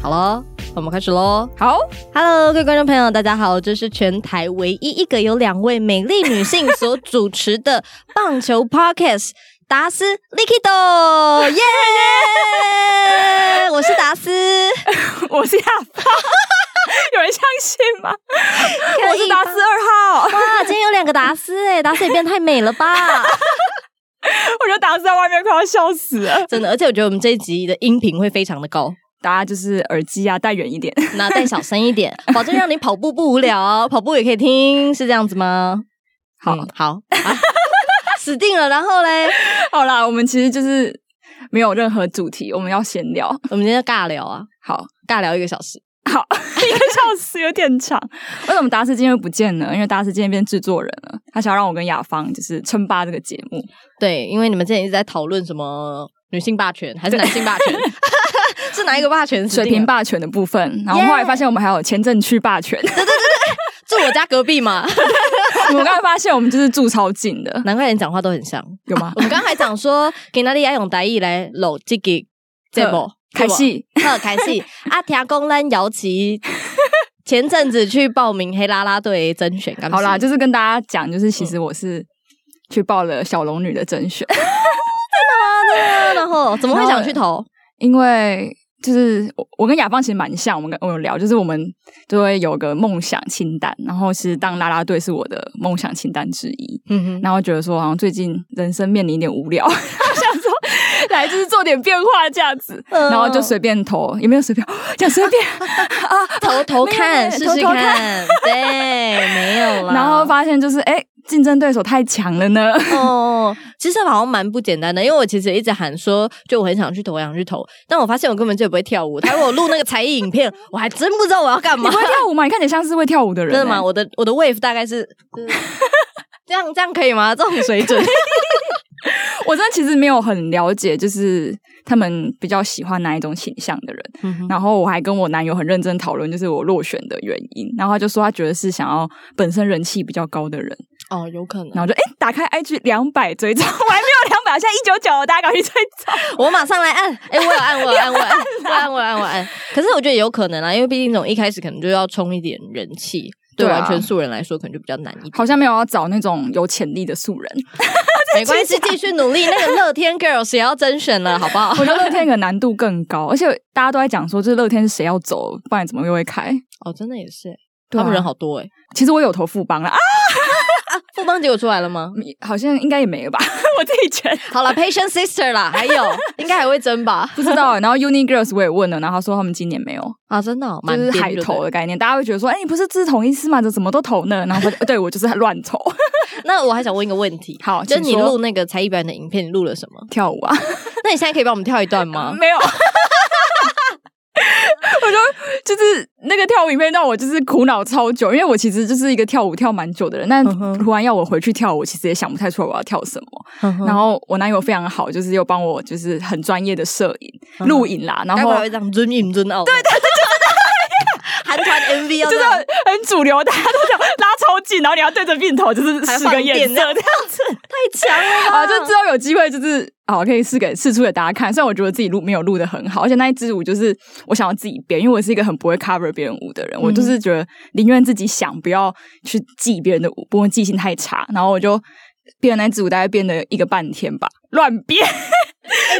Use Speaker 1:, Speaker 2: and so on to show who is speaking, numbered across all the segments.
Speaker 1: 好了，我们开始喽。
Speaker 2: 好，
Speaker 1: Hello，各位观众朋友，大家好，这是全台唯一一个由两位美丽女性所主持的棒球 Podcast《达斯 Likido》，耶！我是达斯，
Speaker 2: 我是亚芳，有人相信吗？我是达
Speaker 1: 斯。
Speaker 2: 斯二号，
Speaker 1: 哇，今天有两个达斯哎、达斯也变太美了吧！
Speaker 2: 我觉得达斯在外面快要笑死了。
Speaker 1: 真的，而且我觉得我们这一集的音频会非常的高，
Speaker 2: 大家就是耳机啊，戴远一点。
Speaker 1: 那戴小声一 点，保证让你跑步不无聊，跑步也可以听，是这样子吗？
Speaker 2: 好
Speaker 1: 嗯好，啊死定了。然后嘞，
Speaker 2: 好啦，我们其实就是没有任何主题，我们要闲聊。
Speaker 1: 我们今天就尬聊啊，
Speaker 2: 好，
Speaker 1: 尬聊一个小时。
Speaker 2: 好，一个小时有点长。为什么达斯今天会不见呢？因为达斯今天变制作人了，他想要让我跟雅芳就是称霸这个节目。
Speaker 1: 对，因为你们之前一直在讨论什么女性霸权还是男性霸 权，是哪一个霸权？啊
Speaker 2: 水平，霸权的部分，然后后来发现我们还有前镇区霸 权。
Speaker 1: 住我家隔壁 嘛，
Speaker 2: 我们刚才发现我们就是住超近的，
Speaker 1: 难怪人讲话都很像。
Speaker 2: 有吗
Speaker 1: 我？们刚才讲说，给哪里要用台语来录这个节目，
Speaker 2: 开戏，
Speaker 1: 好开戏。啊，听讲咱姚琦前阵子去报名黑啦啦队的甄选，敢不
Speaker 2: 好啦，
Speaker 1: 是
Speaker 2: 就是跟大家讲，就是其
Speaker 1: 嗯
Speaker 2: 实我是去报了小龙女的甄选，
Speaker 1: 然后怎么会想去投？
Speaker 2: 因为就是我我跟雅芳其实蛮像，我们跟我有聊，就是我们就会有个梦想清单，然后其实当啦啦队是我的梦想清单之一，
Speaker 1: 嗯哼，
Speaker 2: 然后觉得说好像最近人生面临一点无聊， 想说来就是做点变化这样子，
Speaker 1: 嗯
Speaker 2: 然后就随便投，也没有随便 讲随便啊，
Speaker 1: 投投看 试
Speaker 2: 没有投
Speaker 1: 试
Speaker 2: 投
Speaker 1: 看，对，没有啦。
Speaker 2: 然后发现就是哎，竞争对手太强了呢。
Speaker 1: 哦，其实好像蛮不简单的，因为我其实一直喊说，就我很想去投，我想去投，但我发现我根本就不会跳舞。他如果录那个才艺影片，我还 真不知道我要干
Speaker 2: 你
Speaker 1: 嘛
Speaker 2: 不。会跳舞吗？你看起来像是会跳舞的人、
Speaker 1: 真
Speaker 2: 欸。
Speaker 1: 的吗？我的我的 wave 大概是、嗯这样，这样可以吗？这 种水准
Speaker 2: 我真的其实没有很了解，就是他们比较喜欢哪一种倾向的人。然后我还跟我男友很认真讨论，就是我落选的原因。然后他就说他觉得是想要本身人气比较高的人。
Speaker 1: 哦，有可能
Speaker 2: 然后我就哎、诶打开 IG 两百追踪， 我还没有两百，现在一九九，大家赶去追踪。
Speaker 1: 我马上来按，哎、我有按，我有按，我有按，我有按，我有按，我有按。可是我觉得有可能啊，因为毕竟从一开始可能就要冲一点人气，对
Speaker 2: 对啊
Speaker 1: 完全素人来说可能就比较难一点。
Speaker 2: 好像没有要找那种有潜力的素 人，
Speaker 1: 没关系，继续努力。那个乐天 Girls 也要甄选了，好不好？
Speaker 2: 我觉得乐天可能难度更高，而且大家都在讲说，就是乐天是谁要走，不然怎么又会开？
Speaker 1: 哦，真的也是、
Speaker 2: 对
Speaker 1: 他
Speaker 2: 啊
Speaker 1: 们人好多哎、
Speaker 2: 其实我有投富邦了啊，
Speaker 1: 富邦结果出来了吗？
Speaker 2: 好像应该也没了吧， 我自己觉得。
Speaker 1: 好了，Patient Sister 啦，还有应该还会争吧？
Speaker 2: 不知道欸。然后 Uni Girls 我也问了，然后他说他们今年没有，
Speaker 1: 啊，真的、哦，
Speaker 2: 就
Speaker 1: 蛮
Speaker 2: 是
Speaker 1: 颠
Speaker 2: 海
Speaker 1: 就
Speaker 2: 投
Speaker 1: 对
Speaker 2: 的概念。大家会觉得说，哎、你不是自同一师吗？这怎么都投呢？然后我就对我就是 乱投
Speaker 1: 了。那我还想问一个问题，
Speaker 2: 好
Speaker 1: 就是
Speaker 2: 请
Speaker 1: 你
Speaker 2: 说
Speaker 1: 录那个才艺表演的影片，你录了什么？
Speaker 2: 跳舞啊，
Speaker 1: 那你现在可以帮我们跳一段吗？
Speaker 2: 没有。我就就是那个跳舞影片让我就是苦恼超久，因为我其实就是一个跳舞跳蛮久的人，但
Speaker 1: 嗯哼嗯
Speaker 2: 突然要我回去跳舞，其实也想不太出来我要跳什么。然后我男友非常好，就是又帮我就是很专业的摄影、录影啦，然
Speaker 1: 该不嗯
Speaker 2: 后
Speaker 1: 会会这样尊影尊傲？对对对对，啊韩团 MV 要
Speaker 2: 就
Speaker 1: 这
Speaker 2: 是
Speaker 1: 样
Speaker 2: 很主流，大家都想拉超近，然后你要对着镜头，就是
Speaker 1: 还
Speaker 2: 使
Speaker 1: 放
Speaker 2: 个眼
Speaker 1: 电
Speaker 2: 色
Speaker 1: 这样
Speaker 2: 这样 子。
Speaker 1: 太强了吧
Speaker 2: 啊，就之后有机会就是好可以试给试出给大家看。虽然我觉得自己录没有录的很好，而且那一支舞就是我想要自己编，因为我是一个很不会 cover 别人舞的人，我就是觉得宁愿自己想，不要去记别人的舞，不过记性太差。然后我就编那支舞，大概编了一个半天吧，乱 编。
Speaker 1: 哎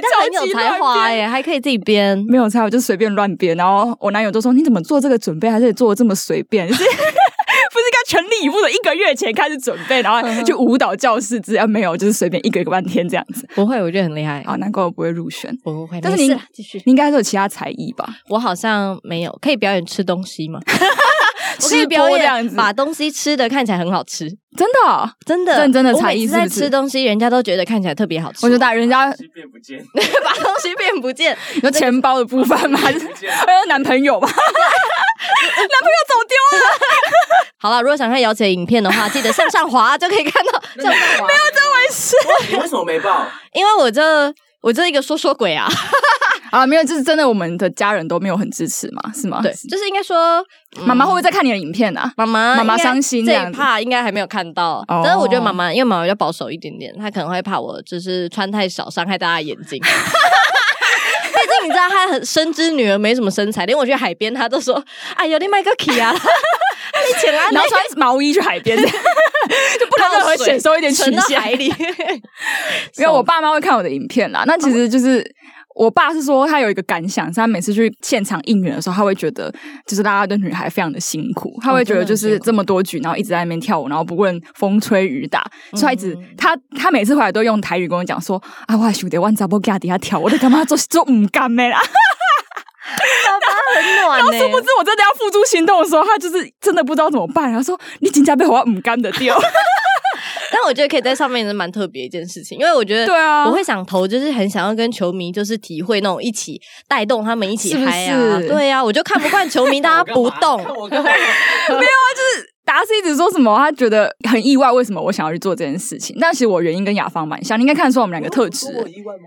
Speaker 1: 但很
Speaker 2: 超
Speaker 1: 有
Speaker 2: 级
Speaker 1: 才
Speaker 2: 乱
Speaker 1: 华
Speaker 2: 编
Speaker 1: 耶，还可以自己编。
Speaker 2: 没有猜，我就随便乱编。然后我男友就说：“你怎么做这个准备，还是做的这么随便？” 是不是该全力以赴的一个月前开始准备，然后去舞蹈教室之类？啊没有，就是随便一个一个半天这样子。
Speaker 1: 不会，我觉得很厉害。
Speaker 2: 啊，难怪我不会入选。
Speaker 1: 我不会，
Speaker 2: 但是
Speaker 1: 没
Speaker 2: 你
Speaker 1: 事啦继续。
Speaker 2: 你应该还是有其他才艺吧？
Speaker 1: 我好像没有，可以表演吃东西吗？我可
Speaker 2: 吃
Speaker 1: 以
Speaker 2: 播
Speaker 1: 表
Speaker 2: 这样
Speaker 1: 演
Speaker 2: 子
Speaker 1: 把东西吃的看起来很好吃。
Speaker 2: 真的哦、
Speaker 1: 真的
Speaker 2: 认真的
Speaker 1: 我
Speaker 2: 才
Speaker 1: 每
Speaker 2: 艺
Speaker 1: 次
Speaker 2: 是
Speaker 1: 在
Speaker 2: 不是
Speaker 1: 吃东西，人家都觉得看起来特别好吃。
Speaker 2: 我觉得大人家
Speaker 3: 变不见，
Speaker 1: 把东西变不见，
Speaker 2: 你说钱包的部分吗？还 是还有男朋友吧？男朋友走丢了，
Speaker 1: 好了，如果想看姚姐的影片的话，记得向上滑就可以看到 向上滑。没有，
Speaker 2: 这回事。
Speaker 3: 你为什么没报？
Speaker 1: 因为我这我这一个说说鬼啊，
Speaker 2: 啊，没有，就是真的，我们的家人都没有很支持嘛，是吗？
Speaker 1: 对，就是应该说
Speaker 2: 妈妈会不
Speaker 1: 会
Speaker 2: 会在看你的影片啊？
Speaker 1: 妈妈
Speaker 2: 妈妈
Speaker 1: 应该
Speaker 2: 伤心
Speaker 1: 这
Speaker 2: 这样
Speaker 1: 一
Speaker 2: 子
Speaker 1: 怕应该还没有看到，
Speaker 2: 哦
Speaker 1: 但是我觉得妈妈因为妈妈比较保守一点点，她可能会怕我就是穿太少伤害大家眼睛。 毕竟你知道，她很深知女儿没什么身材，连我去海边，她都说：“哎呦，你买个 K 啊， 你请啊，
Speaker 2: 然后穿毛衣去海 边，就不能任何显收一点啊曲
Speaker 1: 沉到
Speaker 2: 线。
Speaker 1: 海 里。
Speaker 2: 因为我爸妈会看我的影片啦。那其
Speaker 1: 哦
Speaker 2: 实就是。我爸是说，他有一个感想，是他每次去现场应援的时候，他会觉得就是大家对女孩非常的辛苦，他会觉得就
Speaker 1: 哦真的很
Speaker 2: 是
Speaker 1: 辛苦
Speaker 2: 这么多局，然后一直在那边跳舞，然后不论风吹雨打，所以他一直
Speaker 1: 嗯
Speaker 2: 他他每次回来都用台语跟我讲说啊，我兄弟，我查某家底下跳，我的干嘛做做唔甘 的啦？
Speaker 1: 爸很暖欸呢、
Speaker 2: 殊不知我真的要付诸行动的时候，他就是真的不知道怎么办，然后说你真正被我唔甘的哦掉，
Speaker 1: 但我觉得可以在上面是蛮特别一件事情，因为我觉得
Speaker 2: 对啊
Speaker 1: 我会想投，就是很想要跟球迷就是体会那种一起带动他们一起
Speaker 2: 是不
Speaker 1: 嗨啊，
Speaker 2: 是
Speaker 1: 对啊，我就看不惯球 迷大家不动，
Speaker 3: 我干嘛？
Speaker 2: 达斯一直说什么，他觉得很意外，为什么我想要去做这件事情？但其实我原因跟雅芳蛮像，你应该看得出我们两个特质，
Speaker 3: 哦我意外吗？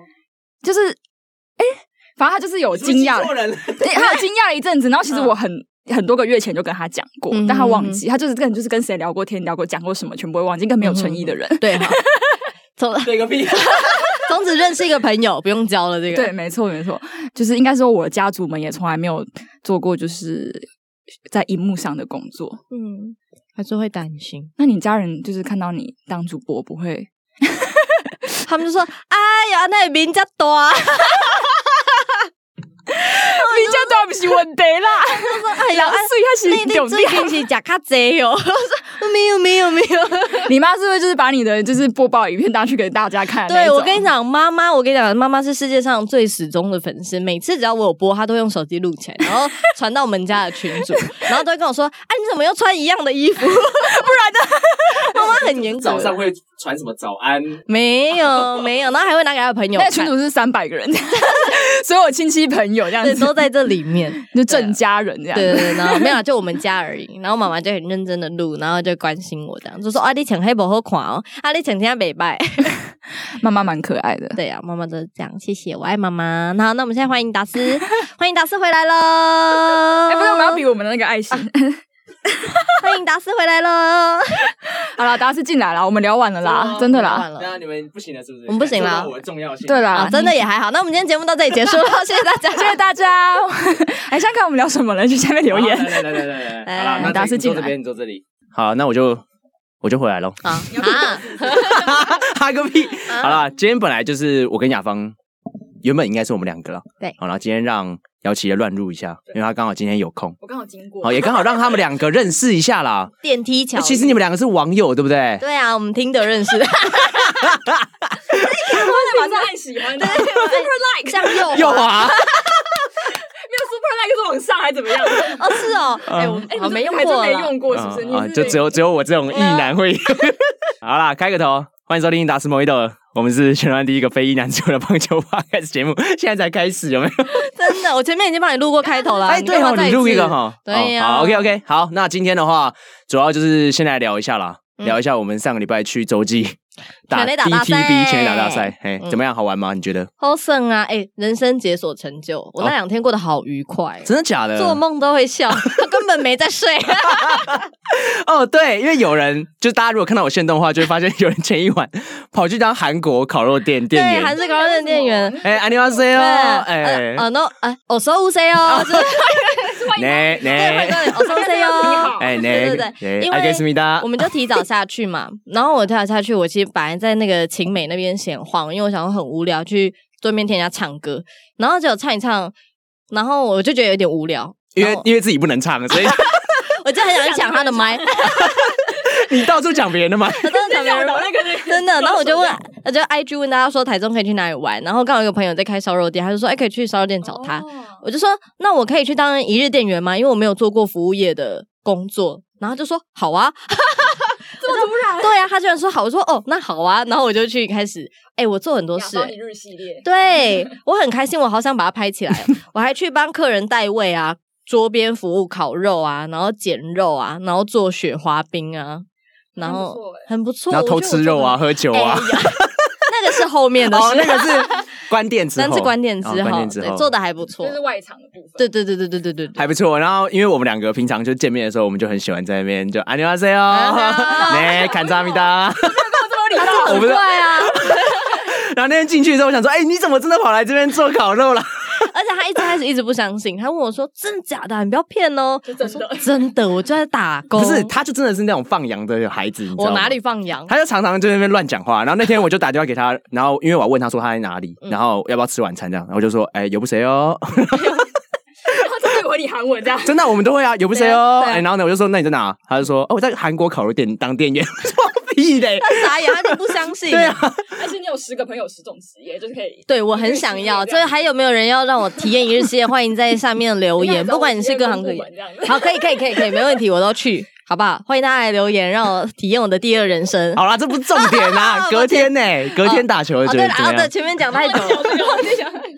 Speaker 2: 就是哎、诶反正他就是有
Speaker 3: 我
Speaker 2: 惊讶，
Speaker 3: 人了，
Speaker 2: 对他有惊讶了一阵子，然后其实我很。很多个月前就跟他讲过，
Speaker 1: 嗯
Speaker 2: 但他忘记，他就是根本就是跟谁聊过天、聊过、讲过什么，全部会忘记，一个没有诚意的人。
Speaker 1: 对哈。从
Speaker 3: 对个屁！
Speaker 1: 从此认识一个朋友，不用交了这个。
Speaker 2: 对，，没错，没错，就是应该说我的家族们也从来没有做过就是在荧幕上的工作。
Speaker 1: 嗯，还是会担心。
Speaker 2: 那你家人就是看到你当主播，不会
Speaker 1: 他们就说：“哎呀，那也名家多。”
Speaker 2: 你家都不是问题啦，
Speaker 1: 他说：“哎
Speaker 2: 老
Speaker 1: 呀，
Speaker 2: 岁
Speaker 1: 那
Speaker 2: 还是
Speaker 1: 你
Speaker 2: 有啊
Speaker 1: 最
Speaker 2: 料。
Speaker 1: 近是假卡贼哦哟。”我说：“没有，没有，没有。”
Speaker 2: 你妈是不是就是把你的就是播报影片拿去给大家看的那一
Speaker 1: 对，
Speaker 2: 种？啊
Speaker 1: 我跟你讲，妈妈，我跟你讲，妈妈是世界上最始终的粉丝。每次只要我有播，她都用手机录起来，然后传到我们家的群组，然后都会跟我说：“哎，你怎么又穿一样的衣服？”不然的，妈妈很严格。
Speaker 3: 早上会传什么早安？
Speaker 1: 没有没有，然后还会拿给她的朋友
Speaker 2: 那
Speaker 1: 看，
Speaker 2: 群主是三百个人， 所有亲戚朋友这样
Speaker 1: 对，
Speaker 2: 子，
Speaker 1: 都在这里面。
Speaker 2: 就正家 人这样。
Speaker 1: 对对对，然后没有啊，就我们家而已。然后妈妈就很认真的录，然后就关心我这样，就说：“啊，你穿黑不好看哦，啊，你穿天北拜。
Speaker 2: 妈妈蛮可爱 的”。
Speaker 1: 对啊，妈妈就是这样，谢谢，我爱妈妈。然后那我们现在欢迎达斯， 欢迎达斯回来喽！
Speaker 2: 哎，不是，我们要比我们的那个爱心。
Speaker 1: 欢迎达斯回来了。
Speaker 2: 好了，达斯进来了，我们聊完了啦，真
Speaker 3: 真
Speaker 2: 的
Speaker 1: 聊
Speaker 2: 啦
Speaker 1: 完。
Speaker 3: 对啊，你们不行了是不是？
Speaker 1: 我们不行了
Speaker 3: 感受到我的重要性。
Speaker 2: 对啦
Speaker 1: 啊，真的也还好。那我们今天节目到这里结束了，谢谢大家。
Speaker 2: 谢谢大 家。哎，想看我们聊什么了？就下面留言
Speaker 3: 好。来来来来来，好
Speaker 1: 来
Speaker 3: 了，那
Speaker 2: 达斯
Speaker 3: 你坐
Speaker 2: 进来
Speaker 3: 这边，你坐这里。好，那我就我就回来喽。
Speaker 1: 啊啊，
Speaker 3: 哈个屁！好啦，今天本来就是我跟雅芳，原本应该是我们两个了。
Speaker 1: 对
Speaker 3: 好啦，今天让姚琪来乱入一下，因为他刚好今天有空，
Speaker 2: 我刚好经过
Speaker 3: 好，也刚好让他们两个认识一下啦。
Speaker 1: 电梯桥
Speaker 3: 那。哎其实你们两个是网友，对不对？
Speaker 1: 对啊，我们听得认识的，
Speaker 2: 马上按喜 欢的，super like，
Speaker 1: 像右滑
Speaker 3: 有啊，
Speaker 2: 没有 super like 是往上还怎么 样？
Speaker 1: 哦，是哦，哎，我
Speaker 2: 哎，
Speaker 1: 我
Speaker 2: 你
Speaker 1: 没用
Speaker 2: 还真
Speaker 1: 过
Speaker 2: 没
Speaker 1: 啦
Speaker 2: 用过，是不是？
Speaker 3: 啊，
Speaker 2: 你
Speaker 3: 就只
Speaker 2: 有
Speaker 3: 有只有我这种异
Speaker 1: 啊
Speaker 3: 男会。好啦，开个头，欢迎收听达斯莫伊豆，我们是全台湾第一个非裔男主的棒球 p 开始节目，现在才开始，有 没有？
Speaker 1: 真的，我前面已经帮你录过开头了。
Speaker 3: 哎，对哦，
Speaker 1: 干嘛再
Speaker 3: 你
Speaker 1: 次
Speaker 3: 录一个。哈。
Speaker 1: 对呀
Speaker 3: 哦好，OK OK，好，那今天的话，主要就是先来聊一下啦，
Speaker 1: 嗯
Speaker 3: 聊一下我们上个礼拜去洲际
Speaker 1: 全垒打大赛
Speaker 3: DPB 全垒打大赛，哎，
Speaker 1: 嗯
Speaker 3: 怎么样？好玩吗？你觉得？
Speaker 1: 好胜啊！哎，人生解锁成就，我那两天过得好愉快，
Speaker 3: 真的假的？
Speaker 1: 做梦都会笑，他根本没在睡。
Speaker 3: 哦，对，因为有人就是大家如果看到我现动的话，就会发现有人前一晚跑去当韩国烤肉店店
Speaker 1: 对，还
Speaker 3: 员。
Speaker 1: 是高
Speaker 2: 哦
Speaker 1: 任店员。
Speaker 3: 哎，안녕하세요，哎
Speaker 1: 呃，呃，no，哎，我说无 say 哦，就是
Speaker 3: 네
Speaker 1: 对，欢迎
Speaker 3: 네
Speaker 1: 光临，我说 say 哦，
Speaker 3: 哎
Speaker 1: 对对
Speaker 3: 네
Speaker 1: 对
Speaker 3: 네
Speaker 1: 因为
Speaker 3: 알겠습니다
Speaker 1: 我们就提早下去嘛，然后我提早下去，我其实本来在那个晴美那边闲晃，因为我想说很无聊，去对面听人家唱歌，然后结果唱一唱，然后我就觉得有点无聊，
Speaker 3: 因
Speaker 1: 然
Speaker 3: 为
Speaker 1: 后
Speaker 3: 因为自己不能唱， 所以
Speaker 1: 我就很想去抢他的 麦，
Speaker 3: 你到处讲别 人的嘛。
Speaker 1: 我真的抢别人的麦
Speaker 2: 那 个
Speaker 1: 真的，然后我就问，我就 IG 问大家说台中可以去哪里玩，然后刚好有个朋友在开烧肉店，他就说哎、可以去烧肉店
Speaker 2: 哦
Speaker 1: 找
Speaker 3: 哦
Speaker 1: 他，我就说那我可以去当一日店员吗？因为我没有做过服务业的工作，然后就说好啊，
Speaker 2: 这么突然，
Speaker 1: 对啊，他居然说好，我说哦，那好啊，然后我就去开始，哎、我做很多事、哎
Speaker 2: 日系列。
Speaker 1: 对我很开心，我好想把它拍起来哦，我还去帮客人代位啊，桌边服务烤肉啊，然后捡肉啊，然后做雪花冰啊，然
Speaker 2: 很不
Speaker 1: 后
Speaker 2: 错欸
Speaker 1: 很不错，
Speaker 3: 然后
Speaker 1: 我
Speaker 3: 偷
Speaker 1: 觉得我
Speaker 3: 吃
Speaker 1: 做
Speaker 3: 肉
Speaker 1: 得
Speaker 3: 啊，喝酒
Speaker 1: 哎
Speaker 3: 啊。
Speaker 1: 呀那个是后面的事，
Speaker 3: 哦，那个是关 店之后，
Speaker 1: 但是关店之
Speaker 3: 哦关
Speaker 1: 后，
Speaker 3: 店之
Speaker 1: 对，
Speaker 3: 后
Speaker 1: 做的还不错
Speaker 2: 这。是外场的部分。
Speaker 1: 对对对对对对对对。
Speaker 3: 还不错。然后因为我们两个平常就见面的时候，我们就很喜欢在那边就안녕하세요，
Speaker 1: 啊 안녕하세요
Speaker 3: 네감사합니다。
Speaker 2: 这么礼貌，
Speaker 3: 我不
Speaker 1: 对
Speaker 3: 是，
Speaker 1: 啊，
Speaker 3: 然后那天进去之后，我想说，哎、你怎么真的跑来这边做烤肉啦？
Speaker 1: 而且他一开始一直不相信，他问我说：“真的假的啊？你不要骗哦！”
Speaker 2: 就真的
Speaker 1: 我说真的，我就在打工。
Speaker 3: 不是，他就真的是那种放羊的孩子，你知道吗？
Speaker 1: 我哪里放羊？
Speaker 3: 他就常常就在那边乱讲话，然后那天我就打电话给他，然后因为我问他说他在哪
Speaker 1: 嗯
Speaker 3: 里，然后要不要吃晚餐这样，然后我就说，哎、有不谁哦， 。
Speaker 2: 他真的以为你韩文这样
Speaker 3: 真的我们都会啊，有不谁哦，
Speaker 1: 对啊对啊
Speaker 3: 哎、然后呢我就说那你在哪？他就说哦我在韩国烤肉店当店员， 我说屁嘞，
Speaker 1: 傻眼，他就不相信。
Speaker 3: 对啊，
Speaker 2: 而且你有十个朋友，十种职业，就是可以。
Speaker 1: 对我很想要。这还有没有人要让我体验一日系列？欢迎在下面留 言，不管你是各行各业。
Speaker 2: 这样
Speaker 1: 好，可以，可以，可以，可以，没问题，我都去，好不好？欢迎大家来留言，让我体验我的第二人生。
Speaker 3: 好啦，这不是重点 啦，
Speaker 1: 抱
Speaker 3: 隔
Speaker 1: 歉
Speaker 3: 天呢、隔天打球
Speaker 1: 哦，
Speaker 3: 觉
Speaker 1: 对
Speaker 3: 得
Speaker 1: 了，
Speaker 3: 怎
Speaker 1: 哦，
Speaker 3: 么
Speaker 1: 对，
Speaker 3: 样？
Speaker 1: 前面讲太久 了。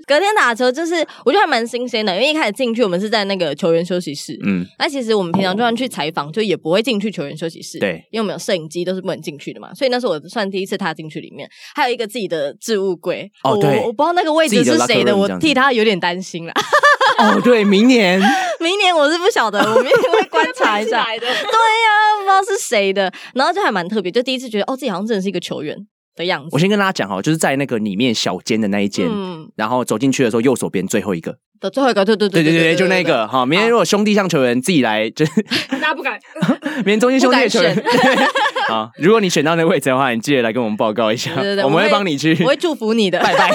Speaker 1: 隔天打球就是，我觉得还蛮新鲜的，因为一开始进去我们是在那个球员休息室，
Speaker 3: 嗯，
Speaker 1: 那其实我们平常就算去采访，就也不会进去球员休息室，
Speaker 3: 对，
Speaker 1: 因为我们有摄影机都是不能进去的嘛。所以那是我算第一次踏进去里面，还有一个自己的置物柜。
Speaker 3: 哦
Speaker 1: 我
Speaker 3: 对
Speaker 1: 我我不知道那个位置
Speaker 3: 自己
Speaker 1: 是
Speaker 3: 的 locker
Speaker 1: 谁
Speaker 3: room
Speaker 1: 我
Speaker 3: 这样子
Speaker 1: 替他有点担心啦。
Speaker 3: 哦对，明年
Speaker 1: 明年我是不晓得，我明年会观察一下。
Speaker 2: 的。
Speaker 1: 对呀、不知道是谁的，然后就还蛮特别，就第一次觉得哦，自己好像真的是一个球员的样
Speaker 3: 我
Speaker 1: 子。
Speaker 3: 先跟大家讲哦，就是在那个里面小间的那一间。
Speaker 1: 嗯，
Speaker 3: 然后走进去的时候，右手边最后一个，
Speaker 1: 的最后一个，对对
Speaker 3: 对
Speaker 1: 对
Speaker 3: 对对对，就那个哈。明天如果兄弟像球员自己来，就是
Speaker 2: 大家不敢，
Speaker 3: 明天中心兄弟的球员
Speaker 1: 不。
Speaker 3: 好，如果你选到那个位置的话，你记得来跟我们报告一下，
Speaker 1: 对对对
Speaker 3: 我们
Speaker 1: 我
Speaker 3: 会
Speaker 1: 会
Speaker 3: 帮你去
Speaker 1: 我会祝福你的。
Speaker 3: 拜拜。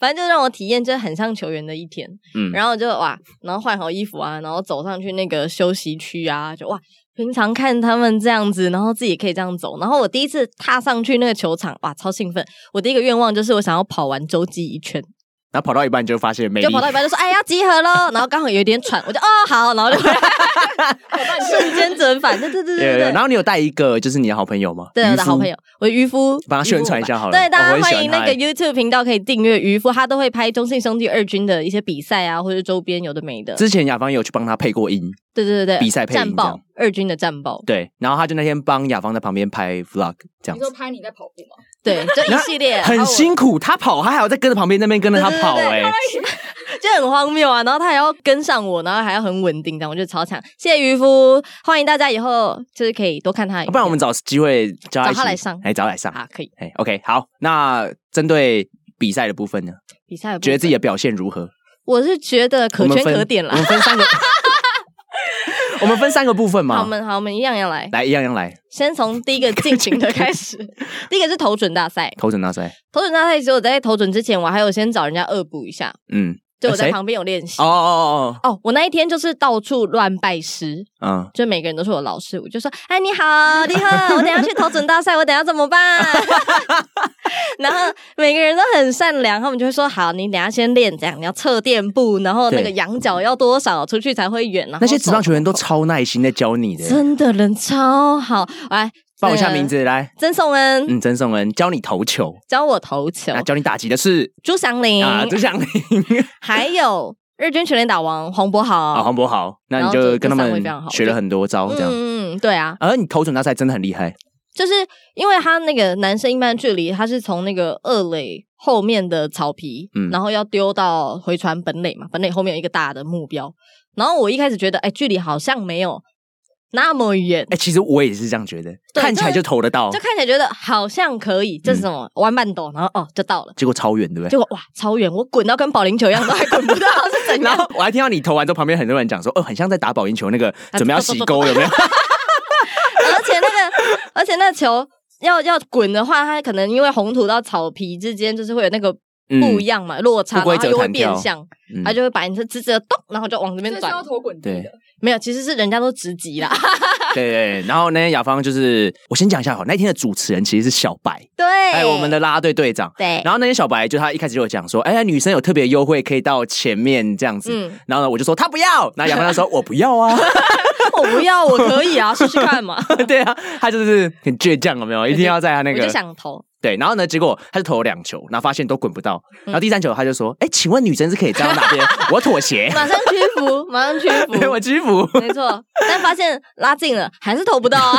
Speaker 1: 反正就让我体验，就是很像球员的一天。
Speaker 3: 嗯，
Speaker 1: 然后就哇，然后换好衣服啊，然后走上去那个休息区啊，就哇，平常看他们这样子，然后自己可以这样走。然后我第一次踏上去那个球场，哇，超兴奋！我第一个愿望就是我想要跑完洲际一圈，
Speaker 3: 然后跑到一半就发现没力
Speaker 1: 就，跑到一半就说：“哎，要集合喽！”然后刚好有点喘，我就哦好，然后就 回来瞬间折返，对对对
Speaker 3: 对对
Speaker 1: 对
Speaker 3: 对
Speaker 1: 对
Speaker 3: 然。后你有带一个就是你的好朋友吗？
Speaker 1: 对我的好朋
Speaker 3: 友。
Speaker 1: 友，我渔夫，
Speaker 3: 帮他宣传一下好了
Speaker 1: 对，大
Speaker 3: 哦我
Speaker 1: 家
Speaker 3: 很喜
Speaker 1: 欢迎
Speaker 3: 欢
Speaker 1: 那
Speaker 3: 他
Speaker 1: 个
Speaker 3: 欸
Speaker 1: YouTube 频道可以订阅渔夫，他都会拍中信兄弟二军的一些比赛啊，或者周边有的没的。
Speaker 3: 之前雅芳也有去帮他配过音，
Speaker 1: 对对对对，
Speaker 3: 比赛配音
Speaker 1: 战
Speaker 3: 这
Speaker 1: 报
Speaker 3: 样
Speaker 1: 二军的战 报，
Speaker 3: 对，然后他就那天帮雅芳在旁边拍 vlog 这样
Speaker 2: 你说
Speaker 3: 子，
Speaker 2: 拍你在跑步吗？
Speaker 1: 对，就一系列
Speaker 3: 很，辛苦，他跑，他还要在跟着旁边那边跟着他
Speaker 1: 对对
Speaker 3: 跑，
Speaker 1: 对
Speaker 3: 哎，
Speaker 1: 然后我就很荒谬啊。然后他还要跟上我，然后还要很稳定，这样我就超强。谢谢渔夫，欢迎大家以后就是可以多看他的影片，
Speaker 3: 啊不然我们找机会叫
Speaker 1: 找他
Speaker 3: 一起
Speaker 1: 来上
Speaker 3: 哎，找他来上，
Speaker 1: 啊可以
Speaker 3: 哎，OK，好，那针对比赛的部分呢，
Speaker 1: 比赛的部分，
Speaker 3: 觉得自己的表现如何？
Speaker 1: 我是觉得可
Speaker 3: 我们
Speaker 1: 圈
Speaker 3: 分
Speaker 1: 可点啦
Speaker 3: 我。们分 三个， 我们分三个部分
Speaker 1: 好，我
Speaker 3: 嘛，
Speaker 1: 们好，我们一样一样来，
Speaker 3: 来一样一样来，
Speaker 1: 先从第一个进行的开 始。第一个是投准大赛，
Speaker 3: 头枕大赛，
Speaker 1: 投准大赛其实我在投准之前，我还有先找人家恶补一下，
Speaker 3: 嗯，
Speaker 1: 就我在
Speaker 3: 谁
Speaker 1: 旁边有练习。
Speaker 3: 哦哦
Speaker 1: 哦，我那一天就是到处乱拜师，
Speaker 3: 哦哦，嗯，
Speaker 1: 就每个人都是我老师，我就说：“哎，你好，你好，我等一下去投准大赛，我等一下怎么办？” 然后每个人都很善良，他们就会说：“好，你等一下先练这样，你要测垫步，然后那
Speaker 3: 对
Speaker 1: 个仰角要多少，出去才会远。”然后
Speaker 3: 那些职棒
Speaker 1: 手
Speaker 3: 球员都超耐心在教你的，
Speaker 1: 真的人超好，来
Speaker 3: 报一下名，字来，
Speaker 1: 呃曾颂恩、
Speaker 3: 嗯，曾颂恩教你投球，
Speaker 1: 教我投球
Speaker 3: 那，教你打击的是
Speaker 1: 朱祥林，
Speaker 3: 啊，朱 祥林
Speaker 1: 还有日军全垒打王洪博
Speaker 3: 啊，
Speaker 1: 豪。
Speaker 3: 黄博豪，那你
Speaker 1: 然后就
Speaker 3: 就跟他
Speaker 1: 这三位
Speaker 3: 们
Speaker 1: 非常好
Speaker 3: 学了很多招，这样。
Speaker 1: 嗯嗯，对啊，
Speaker 3: 而你投准大赛真的很厉害，
Speaker 1: 就是因为他那个男生一般距离，他是从那个二垒后面的草皮，
Speaker 3: 嗯
Speaker 1: 然后要丢到回传本垒嘛，本垒后面有一个大的目标。然后我一开始觉得，哎、距离好像没有那么远，
Speaker 3: 哎，其实我也是这样觉得，
Speaker 1: 对
Speaker 3: 看起来
Speaker 1: 就
Speaker 3: 就投得到
Speaker 1: 就，看起来觉得好像可以，这是什么弯半斗，然后哦就到了。
Speaker 3: 结果超远，嗯对不对？
Speaker 1: 结果哇，超远！我滚到跟保龄球一样，都还滚不到，是怎
Speaker 3: 然
Speaker 1: 样？
Speaker 3: 后我还听到你投完之后，旁边很多人讲说，哦，很像在打保龄球那个
Speaker 1: 啊
Speaker 3: 怎么样
Speaker 1: 走走
Speaker 3: 洗
Speaker 1: 走
Speaker 3: 钩，有没有？
Speaker 1: 而且那个，而且那个球要要滚的话，它可能因为红土到草皮之间，就是会有那个不一样嘛，落差，
Speaker 3: 嗯不规
Speaker 1: 然
Speaker 3: 则
Speaker 1: 后又会
Speaker 3: 弹跳
Speaker 1: 变向，
Speaker 3: 嗯
Speaker 1: 它就会把你是直直的咚，然后就往这边
Speaker 2: 这是
Speaker 1: 转
Speaker 2: 要。投滚地的，
Speaker 1: 没有，其实是人家都直击啦。
Speaker 3: 对对，对然后那天雅芳就是，我先讲一下好，那天的主持人其实是小白，
Speaker 1: 对，
Speaker 3: 哎，我们的啦啦队队长。
Speaker 1: 对，
Speaker 3: 然后那天小白就他一开始就有讲说，哎，女生有特别优惠，可以到前面这样子。
Speaker 1: 嗯，
Speaker 3: 然后呢，我就说他不 要，啊然后雅芳就说我不要啊，
Speaker 1: 我不要，我可以啊，试试看 嘛。
Speaker 3: 对啊，他就是很倔强，有没有？一定要在他那
Speaker 1: 我
Speaker 3: 个
Speaker 1: 就想投，
Speaker 3: 对，然后呢，结果他就投了两球，然后发现都滚不到，
Speaker 1: 嗯
Speaker 3: 然后第三球他就说，哎，请问女生是可以站到哪 边？我妥协，
Speaker 1: 马上屈 服，马上屈服，
Speaker 3: 我屈服。
Speaker 1: 没错。但发现拉近了还是投不到啊。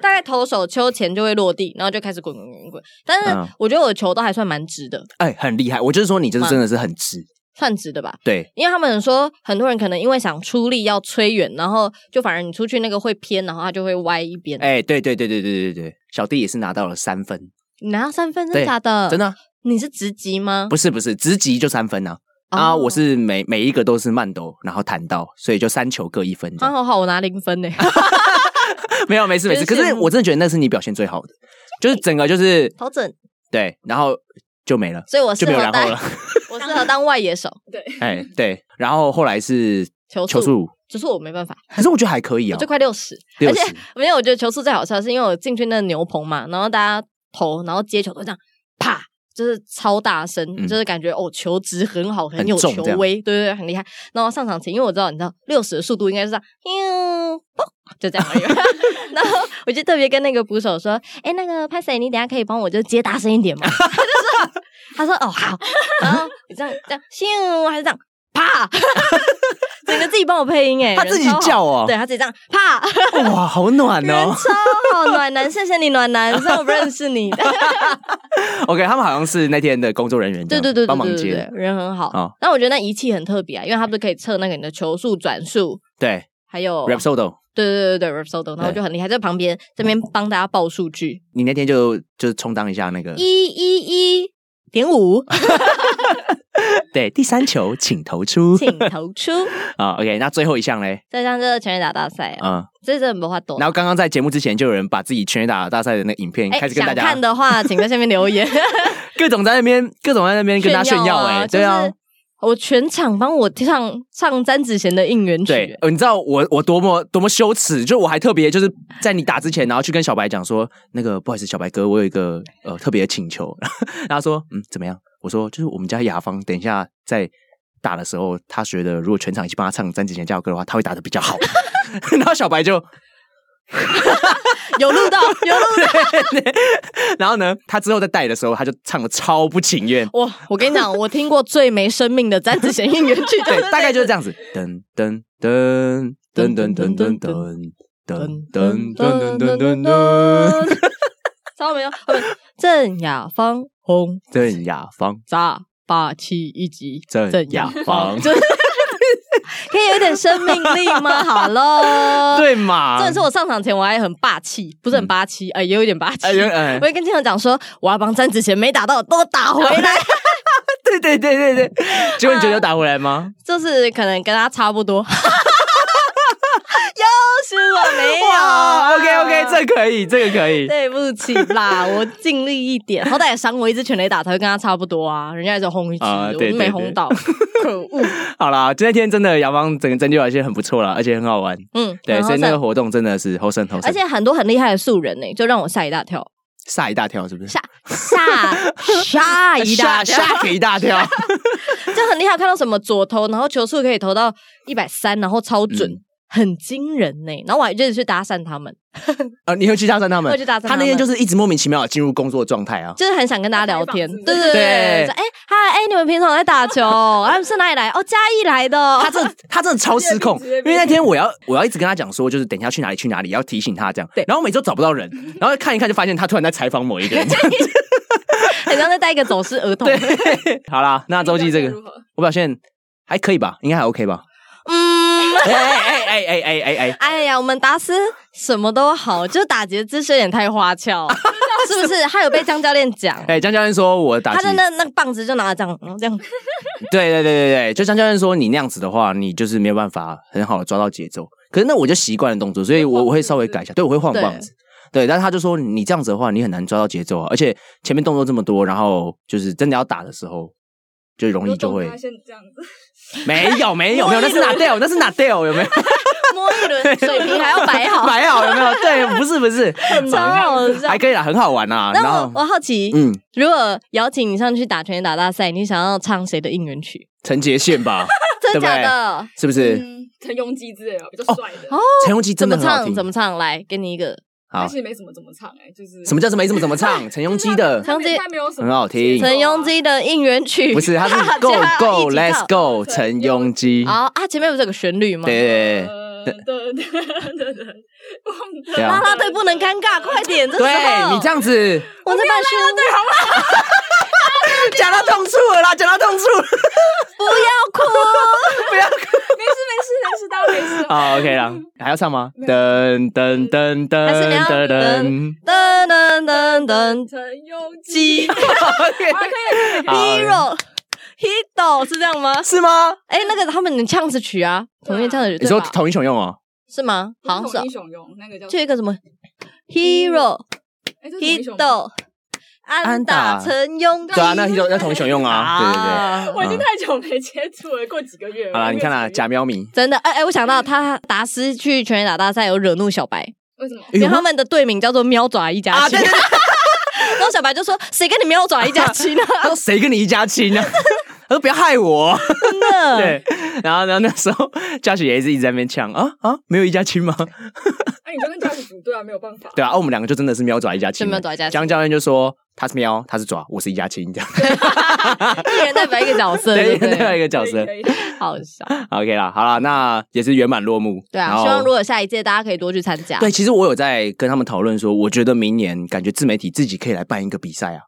Speaker 1: 大概投手秋前就会落地，然后就开始滚滚滚滚。但
Speaker 3: 嗯
Speaker 1: 是我觉得我的球都还算蛮直的，
Speaker 3: 哎、很厉害。我就是说，你这是真的是很直，
Speaker 1: 算直的吧。
Speaker 3: 对，
Speaker 1: 因为他们说很多人可能因为想出力要催远，然后就反而你出去那个会偏，然后他就会歪一边。
Speaker 3: 哎、对对对对对对对，小弟也是拿到了三分，
Speaker 1: 你拿到三分真
Speaker 3: 对
Speaker 1: 的假的？
Speaker 3: 真的、啊、
Speaker 1: 你是直击吗？
Speaker 3: 不是不是，直击就三分啊。啊，
Speaker 1: 哦
Speaker 3: 我是每每一个都是慢抖，然后弹到，所以就三球各一分这
Speaker 1: 啊，
Speaker 3: 样。
Speaker 1: 好好，我拿零分 呢，
Speaker 3: 没有，没事没事。可
Speaker 1: 真
Speaker 3: 是
Speaker 1: 羡慕
Speaker 3: 我真的觉得那是你表现最好的，就是整个就是
Speaker 1: 好准。
Speaker 3: 对，然后就没了，
Speaker 1: 所以我适
Speaker 3: 就没有
Speaker 1: 合
Speaker 3: 然后
Speaker 1: 当
Speaker 3: 了。
Speaker 1: 我适合当外野手，
Speaker 3: 哎，对，然后后来是
Speaker 1: 球
Speaker 3: 球
Speaker 1: 速，
Speaker 3: 速，
Speaker 1: 球速我没办法，
Speaker 3: 可是我觉得还可以
Speaker 1: 我
Speaker 3: 啊
Speaker 1: 就，快六十，
Speaker 3: 六
Speaker 1: 而
Speaker 3: 十
Speaker 1: 且没有，我觉得球速最好笑的是因为我进去那个牛棚嘛，然后大家投，然后接球都这样啪，就是超大声，
Speaker 3: 嗯
Speaker 1: 就是感觉哦球质很好，
Speaker 3: 很
Speaker 1: 很有
Speaker 3: 重
Speaker 1: 球
Speaker 3: 这样
Speaker 1: 威，对对对，很厉害。然后上场前，因为我知道你知道六十的速度应该是这样，咻嘣就这样而已。 然后我就特别跟那个捕手说：“哎，那个潘 Sir，你等一下可以帮我就接大声一点吗？” 他就说：“他说哦好。”然后你这样这样咻还是这样啪， 整个自己帮我配音哎，
Speaker 3: 他
Speaker 1: 人
Speaker 3: 自己
Speaker 1: 超好
Speaker 3: 叫哦
Speaker 1: 对他自己这样啪。
Speaker 3: 哇，好 暖
Speaker 1: 人
Speaker 3: 哦。
Speaker 1: 超好，暖男，谢谢你，暖男，虽然我不认识你，
Speaker 3: OK，他们好像是那天的工作人员这
Speaker 1: 对
Speaker 3: 样，
Speaker 1: 对对对
Speaker 3: 帮忙
Speaker 1: 对对
Speaker 3: 接
Speaker 1: 对
Speaker 3: 的，，
Speaker 1: 人很
Speaker 3: 哦
Speaker 1: 好。但我觉得那仪器很特别啊，因为它不是可以测那个你的球速、转速，
Speaker 3: 对
Speaker 1: 还有
Speaker 3: r a p s o d o
Speaker 1: 对对对对 r a p s o d o 然后就很厉害，在旁边这边帮大家报数据，
Speaker 3: 你那天就就充当一下那个，
Speaker 1: 一一一点五，
Speaker 3: 对，第三球请投出
Speaker 1: 请投出。
Speaker 3: 啊。OK，那最后一项嘞，
Speaker 1: 再像这个全垒打大赛啊，
Speaker 3: 嗯，
Speaker 1: 这真的没话多。
Speaker 3: 然后刚刚在节目之前就有人把自己全垒打大赛的那个影片
Speaker 1: 哎
Speaker 3: 开始跟大
Speaker 1: 想
Speaker 3: 家
Speaker 1: 看的话，请在下面留言。
Speaker 3: 各种在那边各种在那边跟大家炫耀
Speaker 1: 啊
Speaker 3: 哎，对啊。。
Speaker 1: 就是我全场帮我唱唱詹子贤的应援曲，
Speaker 3: 对，呃你知道我我多么多么羞耻，就我还特别就是在你打之前，然后去跟小白讲说，那个不好意思，小白哥，我有一个呃特别的请求。 然后他说，嗯，怎么样？我说就是我们家雅芳，等一下在打的时候，他觉得如果全场一起帮他唱詹子贤加油歌的话，他会打的比较好。 然后小白就，
Speaker 1: 有录到，有录到。
Speaker 3: 然后呢，他之后在带的时候，他就唱的超不情愿。
Speaker 1: 哇，我跟你讲，我听过最没生命的詹子贤应援剧，
Speaker 3: 对，大概就是这样子。噔噔噔噔噔噔噔噔噔噔噔噔噔噔噔，
Speaker 1: 噔，知道没有？呃不正雅方红
Speaker 3: 郑雅芳。
Speaker 1: 炸霸气一击，
Speaker 3: 正雅方
Speaker 1: 就是可以有一点生命力 吗？好喽，，
Speaker 3: 对嘛？
Speaker 1: 真的是我上场前我还很霸气，不是很霸气，哎，也有一点霸气
Speaker 3: 哎。呦
Speaker 1: 我
Speaker 3: 哎，
Speaker 1: 会跟金友讲说，我要帮詹子贤没打到的都打回来，
Speaker 3: 对对对对对，结果你觉得有打回来吗？
Speaker 1: 就是可能跟他差不多。 又是我没有啊
Speaker 3: 哇，OK OK，这可以，这个可以。
Speaker 1: 对不起 啦，我尽力一点，好歹也赏我一支全垒打才会跟他差不多啊，人家也只有轰一支，
Speaker 3: 啊对
Speaker 1: 我没
Speaker 3: 对
Speaker 1: 轰
Speaker 3: 对
Speaker 1: 到，可恶。
Speaker 3: 好啦，今天真的雅芳整个针灸表现很不错啦，而且很好玩。
Speaker 1: 嗯，
Speaker 3: 对，
Speaker 1: 然后
Speaker 3: 所以那
Speaker 1: 再
Speaker 3: 个活动真的是后生后生，
Speaker 1: 而且很多很厉害的素人呢、就让我吓一大 跳，
Speaker 3: 吓一大跳，是不是？
Speaker 1: 吓吓吓一大跳，
Speaker 3: 吓吓一大跳。
Speaker 1: 就很厉害。看到什么左投，然后球速可以投到一百三，然后超准。
Speaker 3: 嗯
Speaker 1: 很惊人呢、然后我还一直去搭讪他们，
Speaker 3: 呃，你会去搭讪他们？
Speaker 1: 会去搭讪他们
Speaker 3: 他那天就是一直莫名其妙地进入工作状态啊。
Speaker 1: 就是很想跟大家聊天，对对
Speaker 3: 对
Speaker 1: 对，说哎嗨哎，你们平常有在打 球？他们是哪里来？哦，嘉义来的 哦。
Speaker 3: 他这他真的超失控，
Speaker 2: 直
Speaker 3: 因
Speaker 2: 接
Speaker 3: 为
Speaker 2: 变
Speaker 3: 那天我要我要一直跟他讲说，就是等一下去哪里去哪里，要提醒他这样。然后我每周找不到人，然后看一看就发现他突然在采访某 一个人。
Speaker 1: 很像在带一个走失儿 童。
Speaker 3: 好啦，那周记 这个
Speaker 2: 如何
Speaker 3: 我表现还可以吧，应该还 OK 吧？
Speaker 1: 嗯，
Speaker 3: 哎哎哎哎哎哎哎，
Speaker 1: 哎呀，我们达斯什么都好，就是打劫姿势有点太花 俏，是不是？他有被江教练 讲，
Speaker 3: 哎，江教练说我打
Speaker 1: 他
Speaker 3: 击
Speaker 1: 的，那那个棒子就拿这样，然后这样，
Speaker 3: 对对对对对，就江教练说你那样子的话，你就是没有办法很好的抓到节奏。可是那我就习惯了动作，所以我我会稍微改一下，对，我会晃
Speaker 1: 对
Speaker 3: 棒子。对，但是他就说你这样子的话，你很难抓到节奏啊，而且前面动作这么多，然后就是真的要打的时候，就容易就会
Speaker 2: 发现这样子，
Speaker 3: 没有没 有没有，那是哪 d 那是哪 d 有没 有？
Speaker 1: 摸一轮，水平还要摆 好，
Speaker 3: 摆好有没有？对，不是不是，
Speaker 1: 超好笑
Speaker 3: 还。可以啦，很好玩啦。然
Speaker 1: 啊那我
Speaker 3: 后
Speaker 1: 我好奇，
Speaker 3: 嗯，
Speaker 1: 如果邀请你上去打拳击打大赛，你想要唱谁的应援曲？
Speaker 3: 陈杰宪吧，对
Speaker 1: 真
Speaker 3: 不
Speaker 1: 假
Speaker 3: 对？
Speaker 1: 的？
Speaker 3: 是不是？
Speaker 2: 嗯，陈庸基之类的比较帅的，
Speaker 3: 陈荣基真
Speaker 1: 怎
Speaker 3: 的
Speaker 1: 么
Speaker 3: 很好
Speaker 1: 唱？
Speaker 3: 听。
Speaker 1: 哦怎么唱？来，给你一个，
Speaker 3: 好
Speaker 2: 但其，实没什么怎么唱哎，就是
Speaker 3: 什么叫什么没怎么怎 么唱？陈荣基的
Speaker 1: 陈庸基
Speaker 2: 他没有什么啊
Speaker 3: 很好听
Speaker 1: 陈庸基的应援曲。
Speaker 3: 不是，他 是
Speaker 1: 大家
Speaker 3: Go
Speaker 1: 一起啊
Speaker 3: Go
Speaker 1: 唱
Speaker 3: Let's Go 陈荣基。
Speaker 1: 哦啊，前面不是有个旋律吗？
Speaker 3: 对对对，
Speaker 2: 呃
Speaker 3: 对
Speaker 1: 啦
Speaker 3: 啊，
Speaker 1: 啦队不能尴尬，快点！这时
Speaker 3: 对
Speaker 1: 候
Speaker 3: 你这样子
Speaker 1: 我在办宣队好吗？
Speaker 3: 讲到痛处了啦，讲到痛处 了
Speaker 1: 不要哭。
Speaker 2: 没事没事没事，当然没事。
Speaker 3: 好，OK 哦啦，还要唱 吗？噔噔噔噔
Speaker 1: 还是你要
Speaker 3: 噔噔
Speaker 1: 噔噔噔噔噔
Speaker 2: 陈永
Speaker 1: 鸡
Speaker 3: ，OK，好
Speaker 1: hero hito 是这样吗？
Speaker 3: 是吗？
Speaker 1: 哎，那个他们能唱词曲啊，同一唱词曲，
Speaker 3: 你说
Speaker 1: 对吧
Speaker 3: 同一雄用哦？
Speaker 1: 是吗？好像是哦
Speaker 2: 英，雄用那个叫
Speaker 1: 就一个什么 hero
Speaker 2: 哎，嗯这是同一雄用
Speaker 1: hito 安打
Speaker 3: 安打
Speaker 1: 陈庸基
Speaker 3: 对啊，那雄那同一雄用啊，对对对。
Speaker 1: 啊
Speaker 2: 我已经太久没接触了，过几个月了。
Speaker 3: 好啦，
Speaker 2: 我没
Speaker 3: 你
Speaker 2: 有
Speaker 3: 看啦，
Speaker 2: 接触
Speaker 3: 假喵咪，
Speaker 1: 真的，哎、哎，我想到他达斯去全垒打大赛有惹怒小白，
Speaker 2: 为什么？
Speaker 1: 因为他们的队名叫做喵爪一家
Speaker 3: 哎啊
Speaker 1: 亲，
Speaker 3: 对对
Speaker 1: 然后小白就说：“谁跟你喵爪一家 亲啊
Speaker 3: 他说谁跟你一家亲呢？啊 他说不要害我。？”
Speaker 1: 真的，
Speaker 3: 对， 然后然后那时候 Josh 也是一直在那边呛啊啊，没有一家亲吗？
Speaker 2: 哎，你就跟家属不对啊，没有办法。
Speaker 3: 对啊，啊我们两个就真的是喵爪一家亲
Speaker 1: 就
Speaker 3: 了。
Speaker 1: 喵爪一家亲
Speaker 3: 江教练就说他是喵，他是爪，我是一家亲这样。
Speaker 1: 一人代表一个角色，对
Speaker 3: 对，
Speaker 1: 不
Speaker 3: 另外
Speaker 1: 对？
Speaker 3: 一个角
Speaker 2: 可以，
Speaker 3: 色。
Speaker 2: 可以
Speaker 1: 好笑，
Speaker 3: OK 啦，好啦，那也是圆满落幕。
Speaker 1: 对啊，
Speaker 3: 然后
Speaker 1: 希望如啊果有下一届大家可以多去参加。
Speaker 3: 对，其实我有在跟他们讨论说，我觉得明年感觉自媒体自己可以来办一个比赛啊。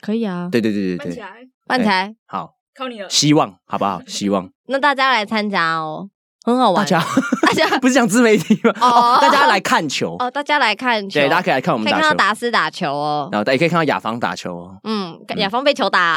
Speaker 1: 可以啊，
Speaker 3: 对对对
Speaker 2: 搬
Speaker 3: 对
Speaker 2: 起
Speaker 3: 对，
Speaker 2: 来，
Speaker 1: 万才，
Speaker 3: 好，
Speaker 2: 靠 你了。
Speaker 3: 希望好不好？希望
Speaker 1: 那大家来参加哦，很好
Speaker 3: 大
Speaker 1: 玩。
Speaker 3: 家
Speaker 1: 大 家
Speaker 3: 不是讲自媒体吗？
Speaker 1: 哦
Speaker 3: 哦，大家来看球，
Speaker 1: 哦，大家来看球，
Speaker 3: 对，大家可以来看我
Speaker 1: 可
Speaker 3: 们
Speaker 1: 以
Speaker 3: 打
Speaker 1: 看到，
Speaker 3: 球
Speaker 1: 达斯打球哦。
Speaker 3: 然后也可以看到雅芳打球哦。
Speaker 1: 嗯，雅芳被球打，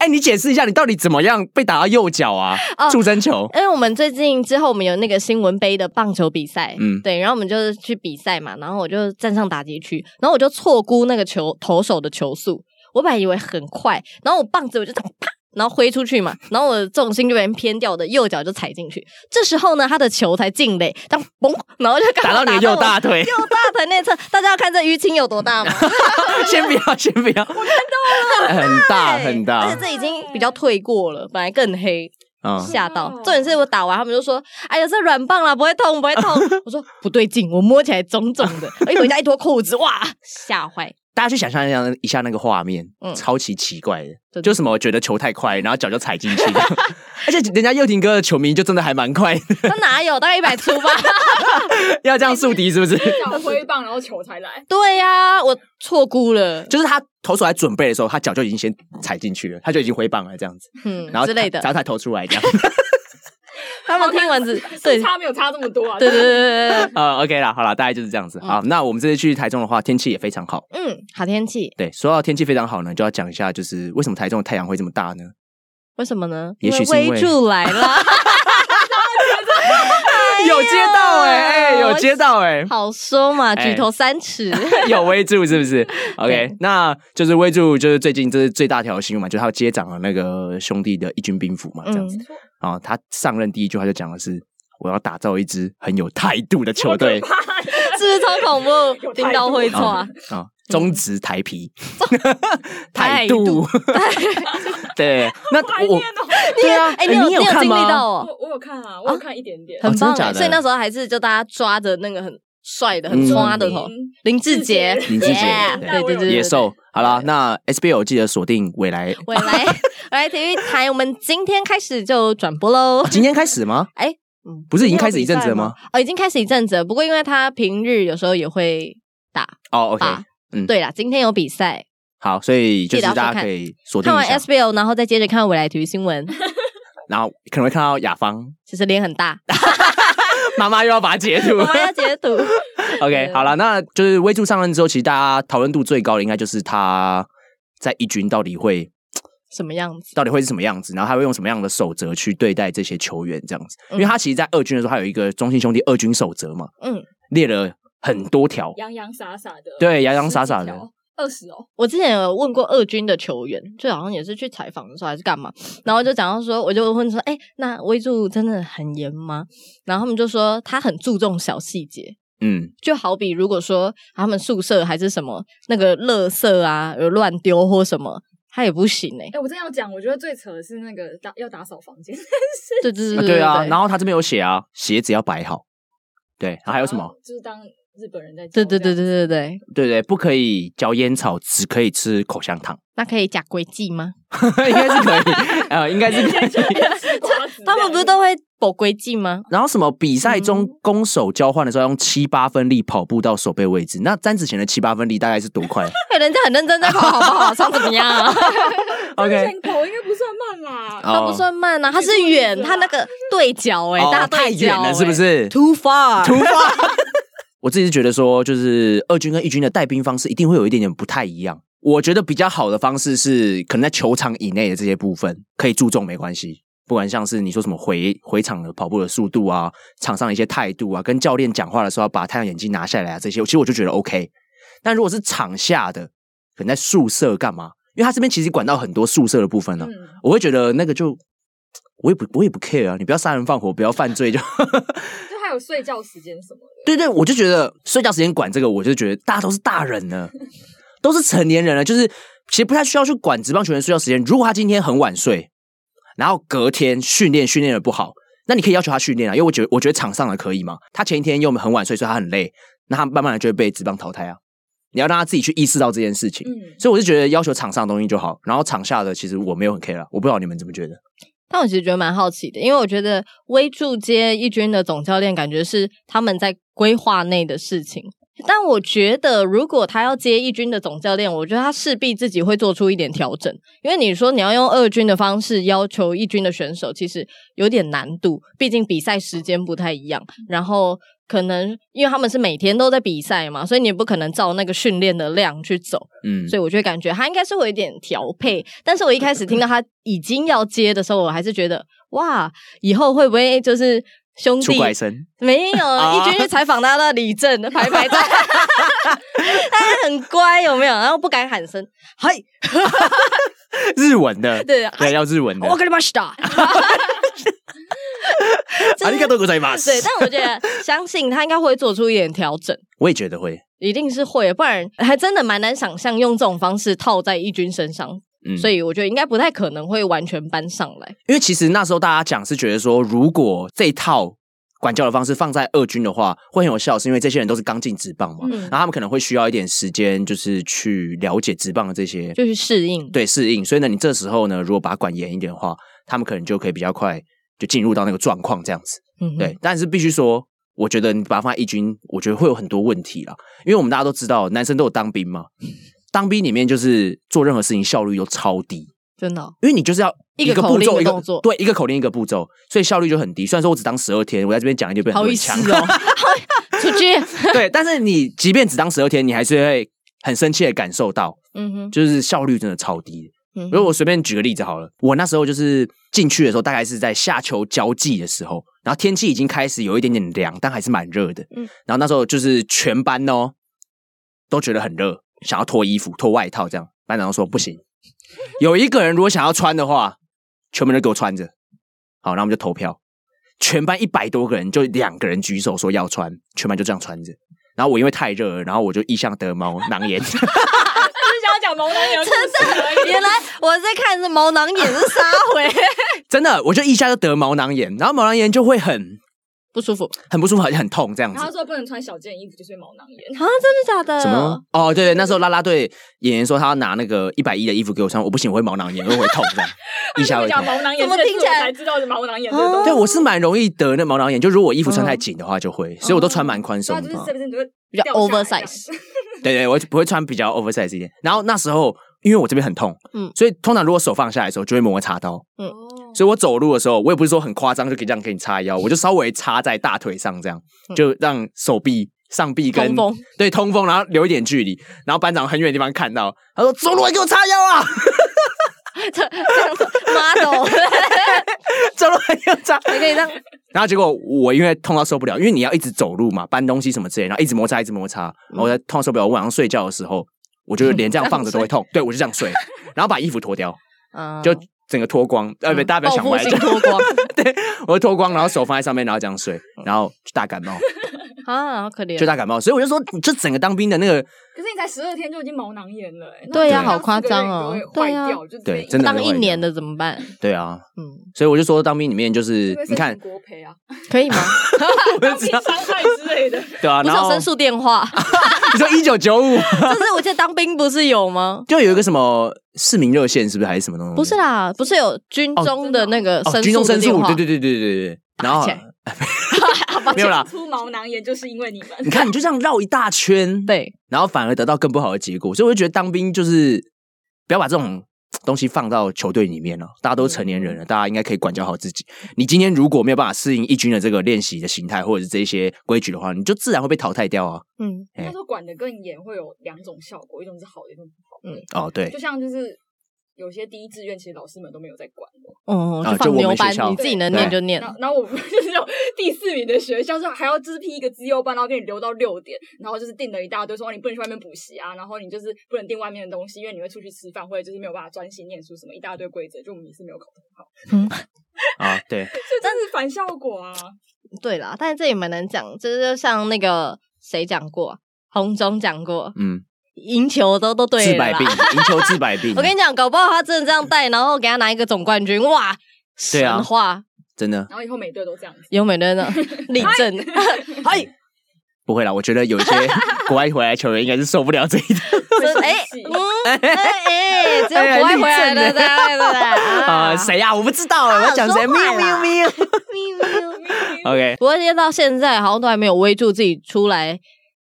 Speaker 3: 哎、你解释一下，你到底怎么样被打到右脚啊
Speaker 1: 哦？
Speaker 3: 助针球，
Speaker 1: 因为我们最近之后我们有那个新闻杯的棒球比赛，嗯
Speaker 3: 嗯，
Speaker 1: 对，然后我们就是去比赛嘛，然后我就站上打击区，然后我就错估那个球投手的球速，我本来以为很快，然后我棒子我就这样啪。然后挥出去嘛，然后我的重心就被人偏掉，我的右脚就踩进去。这时候呢，他的球才进垒，当嘣，然后就刚
Speaker 3: 打
Speaker 1: 好
Speaker 3: 到你的右
Speaker 1: 我
Speaker 3: 大腿。
Speaker 1: 右大腿内侧。大家要看这淤青有多 大吗？
Speaker 3: 先不要，先不要，我看到了，很大很
Speaker 1: 而
Speaker 3: 大
Speaker 1: 且，这已经比较退过了，本来更黑。
Speaker 3: 嗯，
Speaker 1: 吓到
Speaker 2: 哦。
Speaker 1: 重点是我打完，他们就说：“哎呀，这软棒啦，不会痛，不会痛。” 我说：“不对劲，我摸起来肿肿的。”我一回家一脱裤子，哇，吓坏！
Speaker 3: 大家去想象一下一下那个画面，
Speaker 1: 嗯
Speaker 3: 超级奇怪
Speaker 1: 真的
Speaker 3: 的，就什么觉得球太快，然后脚就踩 进去，而且人家佑廷哥的球迷就真的还蛮快的，
Speaker 1: 他哪有？大概一百出 吧。
Speaker 3: 要这样速敌是不是？
Speaker 2: 脚挥棒，然后球才 来。
Speaker 1: 对呀、我错估了，
Speaker 3: 就是他投手来准备的时候，他脚就已经先踩进去了，他就已经挥棒了这样子，
Speaker 1: 嗯
Speaker 3: 然后
Speaker 1: 之类的
Speaker 3: 然。后他投出来 这样。
Speaker 1: 他们听完只对
Speaker 2: 是差没有差这么 多啊。
Speaker 1: 对对对对对对，
Speaker 3: 呃，OK 啦，好啦，大概就是这样子。好，那我们这次去台中的话，天气也非常好。
Speaker 1: 嗯，好天气。
Speaker 3: 对，说到天气非常好呢，就要讲一下，就是为什么台中的太阳会这么大呢？
Speaker 1: 为什么呢？
Speaker 3: 也许是因为
Speaker 1: 因为微助来了，
Speaker 3: 有接到哎、哎、有接到哎、
Speaker 1: 好说嘛，
Speaker 3: 哎
Speaker 1: 举头三尺。
Speaker 3: 有微助是 不是？OK，
Speaker 1: 对
Speaker 3: 那就是微助，就是最近这是最大条的新闻嘛，就是他接掌了那个兄弟的一军兵符嘛，这样子
Speaker 1: 嗯
Speaker 3: 啊、他上任第一句话就讲的是。我要打造一支很有态度的球 队
Speaker 1: 是不是超恐怖？
Speaker 2: 有态度
Speaker 1: 听到会错，嗯
Speaker 3: 啊！中职台皮，
Speaker 1: 态
Speaker 3: 态
Speaker 1: 度
Speaker 3: 度， 对。那
Speaker 2: 怀
Speaker 3: 我
Speaker 2: 念哦，
Speaker 3: 对啊，
Speaker 1: 哎，你有
Speaker 3: 你有
Speaker 1: 经
Speaker 3: 看
Speaker 1: 历
Speaker 3: 吗？
Speaker 1: 到哦？
Speaker 2: 我我有看啊，我有看一点点。
Speaker 1: 很
Speaker 3: 哦真
Speaker 1: 棒、
Speaker 3: 的假
Speaker 1: 欸
Speaker 3: 的
Speaker 1: 所以那时候还是就大家抓着那个很帅的、很
Speaker 3: 嗯
Speaker 1: 抓的头，
Speaker 2: 嗯
Speaker 1: 林志杰，
Speaker 3: 林志杰
Speaker 1: Yeah，
Speaker 3: 对
Speaker 1: 对对对对，
Speaker 3: 野兽。好啦，那 SBL 记得锁定未来，
Speaker 1: 未来未来体育台，我们今天开始就转播喽
Speaker 3: 哦。今天开始吗？
Speaker 1: 哎、嗯，
Speaker 3: 不是已经开始一阵子了吗
Speaker 1: 今天有比赛？哦，已经开始一阵子了。不过因为他平日有时候也会打
Speaker 3: 哦，OK，
Speaker 1: 吧。
Speaker 3: 嗯
Speaker 1: 对啦，今天有比赛，
Speaker 3: 好，所以就是
Speaker 1: 记得要
Speaker 3: 大
Speaker 1: 去看
Speaker 3: 家可以锁定
Speaker 1: 看
Speaker 3: 一
Speaker 1: 完
Speaker 3: 下，
Speaker 1: SBL，然后再接着看未来体育新闻，
Speaker 3: 然后可能会看到雅芳
Speaker 1: 其实脸很大，
Speaker 3: 妈妈又要把它截图
Speaker 1: 我。们要截图。
Speaker 3: OK，好了，那就是威助上任之后，其实大家讨论度最高的应该就是他在一军到底会
Speaker 1: 什么样子？
Speaker 3: 到底会是什么样子，然后他会用什么样的守则去对待这些球员这样子。
Speaker 1: 嗯
Speaker 3: 因为他其实，在二军的时候，他有一个中信兄弟二军守则嘛，
Speaker 1: 嗯，
Speaker 3: 列了很多条，
Speaker 2: 洋洋洒洒的，
Speaker 3: 对洋洋洒洒的
Speaker 2: 十几条，二十哦，
Speaker 1: 我之前有问过二军的球员，就好像也是去采访的时候还是干嘛，然后就讲到说，我就问说，哎、那威助真的很严吗？然后他们就说他很注重小细节，
Speaker 3: 嗯，
Speaker 1: 就好比如果说他们宿舍还是什么那个垃圾啊，有乱丢或什么，他也不行哎、
Speaker 2: 哎、我真的要讲，我觉得最扯的是那个打要打扫房间，
Speaker 1: 对对
Speaker 3: 啊
Speaker 1: 对
Speaker 3: 对啊，
Speaker 1: 对
Speaker 3: 然后他这边有写啊，鞋子要摆好，对，然后还有什
Speaker 1: 啊
Speaker 2: 然
Speaker 3: 么
Speaker 2: 后？就是当日本人在教
Speaker 1: 对对对
Speaker 2: 这样
Speaker 1: 对对对，
Speaker 3: 对对，不可以嚼烟草，只可以吃口香糖，
Speaker 1: 那可以假规矩吗？
Speaker 3: 应该是可以，呃，应该是可以。
Speaker 2: 子，
Speaker 1: 他们不是都会狗规矩吗？
Speaker 3: 然后什么比赛中
Speaker 2: 嗯
Speaker 3: 攻守交换的时候，用七八分力跑步到手背位置。那詹子贤的七八分力大概是多快
Speaker 1: 哎人家很认真在跑，好不好？像怎么样 啊？
Speaker 3: ？OK，
Speaker 2: 狗应该不算慢啦
Speaker 1: 他不算慢啊，他是远，他那个对角哎、
Speaker 3: 哦
Speaker 1: 大
Speaker 3: 太
Speaker 1: 对角、
Speaker 3: 远
Speaker 1: 欸，
Speaker 3: 了，是不是？
Speaker 1: ？Too far，
Speaker 3: 突发。我自己是觉得说，就是二军跟一军的带兵方式一定会有一点点不太一样。我觉得比较好的方式是，可能在球场以内的这些部分可以注重，没关系。不管像是你说什么回回场的跑步的速度啊，场上一些态度啊，跟教练讲话的时候要把太阳眼镜拿下来啊，这些其实我就觉得 OK。但如果是场下的，可能在宿舍干嘛？因为他这边其实管到很多宿舍的部分
Speaker 2: 嗯
Speaker 3: 呢、我会觉得那个就我也不我也不 care 啊，你不要杀人放火，不要犯罪就
Speaker 2: 就还有睡觉时间什么的，
Speaker 3: 对对，我就觉得睡觉时间管这个，我就觉得大家都是大人了， 都是成年人了，就是其实不太需要去管职棒球员睡觉时间。如果他今天很晚睡，然后隔天训练训练的不好，那你可以要求他训练啊，因为我觉得我觉得场上的可以嘛。他前一天又很晚睡，所以他很累，那他慢慢的就会被职棒淘汰啊。你要让他自己去意识到这件事情，
Speaker 2: 嗯，
Speaker 3: 所以我是觉得要求场上的东西就好，然后场下的其实我没有很 care 啦，我不知道你们怎么觉得。
Speaker 1: 但我其实觉得蛮好奇的，因为我觉得威助接一军的总教练感觉是他们在规划内的事情。但我觉得，如果他要接一军的总教练，我觉得他势必自己会做出一点调整，因为你说你要用二军的方式要求一军的选手，其实有点难度，毕竟比赛时间不太一样，然后可能因为他们是每天都在比赛嘛，所以你也不可能照那个训练的量去走。
Speaker 3: 嗯，
Speaker 1: 所以我就会感觉他应该是会有一点调配。但是我一开始听到他已经要接的时候，我还是觉得哇，以后会不会就是兄
Speaker 3: 出
Speaker 1: 弟
Speaker 3: 怪声，
Speaker 1: 没有
Speaker 3: 啊
Speaker 1: 一军去采访他的李正排排站， 他很乖有没有？然后不敢喊声，嗨，
Speaker 3: 日文的，
Speaker 1: 对，嗨
Speaker 3: 对，要日文的。
Speaker 1: 我跟你们
Speaker 3: 啊
Speaker 1: 打。
Speaker 3: ありが とうございます
Speaker 1: 对，但我觉得相信他应该会做出一点调整。
Speaker 3: 我也觉得会，
Speaker 1: 一定是会，不然还真的蛮难想象用这种方式套在义军身上，
Speaker 3: 嗯，
Speaker 1: 所以我觉得应该不太可能会完全搬上来。
Speaker 3: 因为其实那时候大家讲是觉得说，如果这套管教的方式放在二军的话，会很有效，是因为这些人都是刚进职棒嘛，
Speaker 1: 嗯
Speaker 3: 然后他们可能会需要一点时间，就是去了解职棒的这些
Speaker 1: 就去适应。
Speaker 3: 对适应。所以呢，你这时候呢，如果把它管严一点的话，他们可能就可以比较快就进入到那个状况这样子。
Speaker 1: 嗯，
Speaker 3: 对，，但是必须说，我觉得你把它放在一军，我觉得会有很多问题啦，因为我们大家都知道，男生都有当兵嘛，当兵里面就是做任何事情效率都超低。
Speaker 1: 真的哦、
Speaker 3: 因为你就是要
Speaker 1: 一个
Speaker 3: 个
Speaker 1: 口
Speaker 3: 步
Speaker 1: 令一
Speaker 3: 骤
Speaker 1: 个
Speaker 3: 一
Speaker 1: 动作
Speaker 3: 对一个口令一个步骤，所以效率就很低。虽然说我只当十二天，我在这边讲一句被很
Speaker 1: 好
Speaker 3: 多
Speaker 1: 意
Speaker 3: 人
Speaker 1: 思
Speaker 3: 抢，
Speaker 1: 哦，出去。
Speaker 3: 对，但是你即便只当十二天，你还是会很生气的感受到，
Speaker 1: 嗯哼，
Speaker 3: 就是效率真的超低。
Speaker 1: 嗯
Speaker 3: 如
Speaker 1: 哼
Speaker 3: 果我随便举个例子好了，我那时候就是进去的时候，大概是在下球交际的时候，然后天气已经开始有一点点凉，但还是蛮热的。
Speaker 1: 嗯
Speaker 3: 然后那时候就是全班哦都觉得很热，想要脱衣服、脱外套这样。班长说不行，有一个人如果想要穿的话，全部人都给我穿着。好，那我们就投票，全班一百多个人，就两个人举手说要穿，全班就这样穿着。然后我因为太热了，然后我就意向得毛囊炎。
Speaker 2: 就是想要讲毛囊炎的故事而已，
Speaker 1: 原来我在看是毛囊炎是杀回，
Speaker 3: 真的，我就一下就得毛囊炎，然后毛囊炎就会很
Speaker 1: 不舒服啊？
Speaker 3: 很不舒服，很很痛这样
Speaker 2: 然
Speaker 3: 子
Speaker 2: 后。说不能穿小件衣服就是毛囊炎，
Speaker 1: 真的假的？
Speaker 3: 什么？？
Speaker 2: 呃
Speaker 3: 哦，对对，那时候啦啦队演员说他要拿那个一百一的衣服给我穿，我不行，我会毛囊炎，我会痛 这样， 一下会
Speaker 2: 讲
Speaker 3: 痛。
Speaker 2: 毛囊炎，
Speaker 1: 怎么听起来
Speaker 2: 才知道是毛囊炎这个东西
Speaker 3: 对，我是蛮容易得那毛囊炎，就如果我衣服穿太紧的话就会，所以我都穿蛮宽松
Speaker 2: 对啊，
Speaker 3: 的
Speaker 2: 就是
Speaker 3: 嘛。
Speaker 2: 这边就会
Speaker 1: 比较
Speaker 2: 掉下来这样
Speaker 1: oversize
Speaker 3: 对对，我不会穿比较 oversize 一点。然后那时候因为我这边很痛，
Speaker 1: 嗯
Speaker 3: 所以通常如果手放下来的时候就会摩擦到，
Speaker 2: 哦
Speaker 3: 所以我走路的时候我也不是说很夸张就可以这样给你叉腰，我就稍微插在大腿上这样，就让手臂。上臂跟
Speaker 1: 嗯通风
Speaker 3: 对，通风，然后留一点距离，然后班长很远的地方看到，他说：“走路还给我叉腰啊，
Speaker 1: 这这样子，model
Speaker 3: 走路还给我叉。
Speaker 1: 你可以让”
Speaker 3: 然后结果我因为痛到受不了，因为你要一直走路嘛，搬东西什么之类，然后一直摩擦，一直摩擦，然后我在痛到受不了。晚上睡觉的时候，我就连这样放着都会痛，对我就这样睡，然后把衣服脱掉，
Speaker 1: 嗯
Speaker 3: 就整个脱光，呃，不，大家不要想
Speaker 1: 报复
Speaker 3: 歪，
Speaker 1: 性脱光
Speaker 3: 我就脱光，然后手放在上面，然后这样睡，然后就大感冒，
Speaker 1: 啊，好可怜
Speaker 3: 就。大感冒。所以 我就说，你这整个当兵的那个，
Speaker 2: 可是你才十二天就已经毛囊炎了、欸，
Speaker 1: 对
Speaker 3: 呀
Speaker 2: 那
Speaker 3: 好
Speaker 1: 夸张哦
Speaker 2: 四个月你都会坏掉，就
Speaker 3: 对真的
Speaker 1: 当一年的怎么办？
Speaker 3: 对啊，
Speaker 1: 嗯，
Speaker 3: 所以我就说，当兵里面就是你看，
Speaker 2: 国培啊，
Speaker 1: 可以吗？
Speaker 2: 当 兵 伤害之类的，
Speaker 3: 对啊，
Speaker 1: 不
Speaker 3: 然
Speaker 1: 是有
Speaker 3: 后
Speaker 1: 申诉电话，
Speaker 3: 你说一九九五。
Speaker 1: 就是我记得当兵不是有吗？
Speaker 3: 就有一个什么市民热线，是不是还是什么东西？
Speaker 1: 不是啦，不是有军
Speaker 3: 哦
Speaker 1: 中的那个
Speaker 3: 哦，
Speaker 1: 申
Speaker 3: 军中
Speaker 1: 啊诉的
Speaker 3: 申
Speaker 1: 电
Speaker 3: 诉，
Speaker 1: 话
Speaker 3: 对对对对对对，然后
Speaker 1: 起来抱
Speaker 3: 没有
Speaker 1: 歉
Speaker 3: 啦，
Speaker 2: 出毛囊也就是因为你们。
Speaker 3: 你看你就这样绕一大 圈，
Speaker 1: 对，
Speaker 3: 然后反而得到更不好的结果。所以我就觉得当兵就是不要把这种东西放到球队里面了、大家都成年人
Speaker 1: 嗯
Speaker 3: 了，大家应该可以管教好自己。你今天如果没有办法适应一军的这个练习的形态，或者是这些规矩的话，你就自然会被淘汰掉啊。
Speaker 1: 嗯，
Speaker 3: 哎
Speaker 4: 他说管得更严会有两种效果，一种是好的，一种是不好的。嗯
Speaker 3: 哦，对
Speaker 4: 就，像就是有些第一志愿，其实老师们都没有在管的。
Speaker 1: 哦，
Speaker 3: 啊
Speaker 1: 就
Speaker 3: 就
Speaker 1: 放
Speaker 3: 我们
Speaker 1: 牛班
Speaker 3: 学，校
Speaker 1: 你自己能念就
Speaker 3: 嗯
Speaker 1: 念
Speaker 4: 然。后，然后我们就是有第四名的学校，就还要支批一个资优班，然后给你留到六点，然后就是订了一大堆，说哦你不能去外面补习啊，然后你就是不能订外面的东西，因为你会出去吃饭，或者就是没有办法专心念书，什么一大堆规则，就我们也是没有考得很 好，
Speaker 3: 啊，对，
Speaker 4: 所以这是反效果啊。
Speaker 1: 对啦，但是这也蛮难讲，就是就像那个谁讲过啊，红中讲过，
Speaker 3: 嗯，
Speaker 1: 赢球都都对
Speaker 3: 治
Speaker 1: 了
Speaker 3: 百
Speaker 1: 啦
Speaker 3: 病，。赢球治百病。
Speaker 1: 我跟你讲，搞不好他真的这样带，然后给他拿一个总冠军，哇，
Speaker 3: 对啊
Speaker 1: 神话
Speaker 3: 真的
Speaker 4: 然后以后每队都这 样子，
Speaker 1: 有美的呢， 李正，哎，
Speaker 3: 不会啦，我觉得有一些 国外回来球员应该是受不了这一点。
Speaker 1: 真哎
Speaker 4: 生气，
Speaker 1: 嗯，哎哎，只有
Speaker 3: 哎呀
Speaker 1: 国外回来
Speaker 3: 立
Speaker 1: 的，对
Speaker 3: 正
Speaker 1: 对对，
Speaker 3: 啊，
Speaker 1: 啊
Speaker 3: 谁呀？我不知道，我要讲谁？
Speaker 1: 说
Speaker 3: 喵
Speaker 1: 话
Speaker 3: 喵
Speaker 1: 啦
Speaker 3: 喵。
Speaker 1: 咪咪
Speaker 3: OK，
Speaker 1: 不过今天到现在好像都还没有威住自己出来，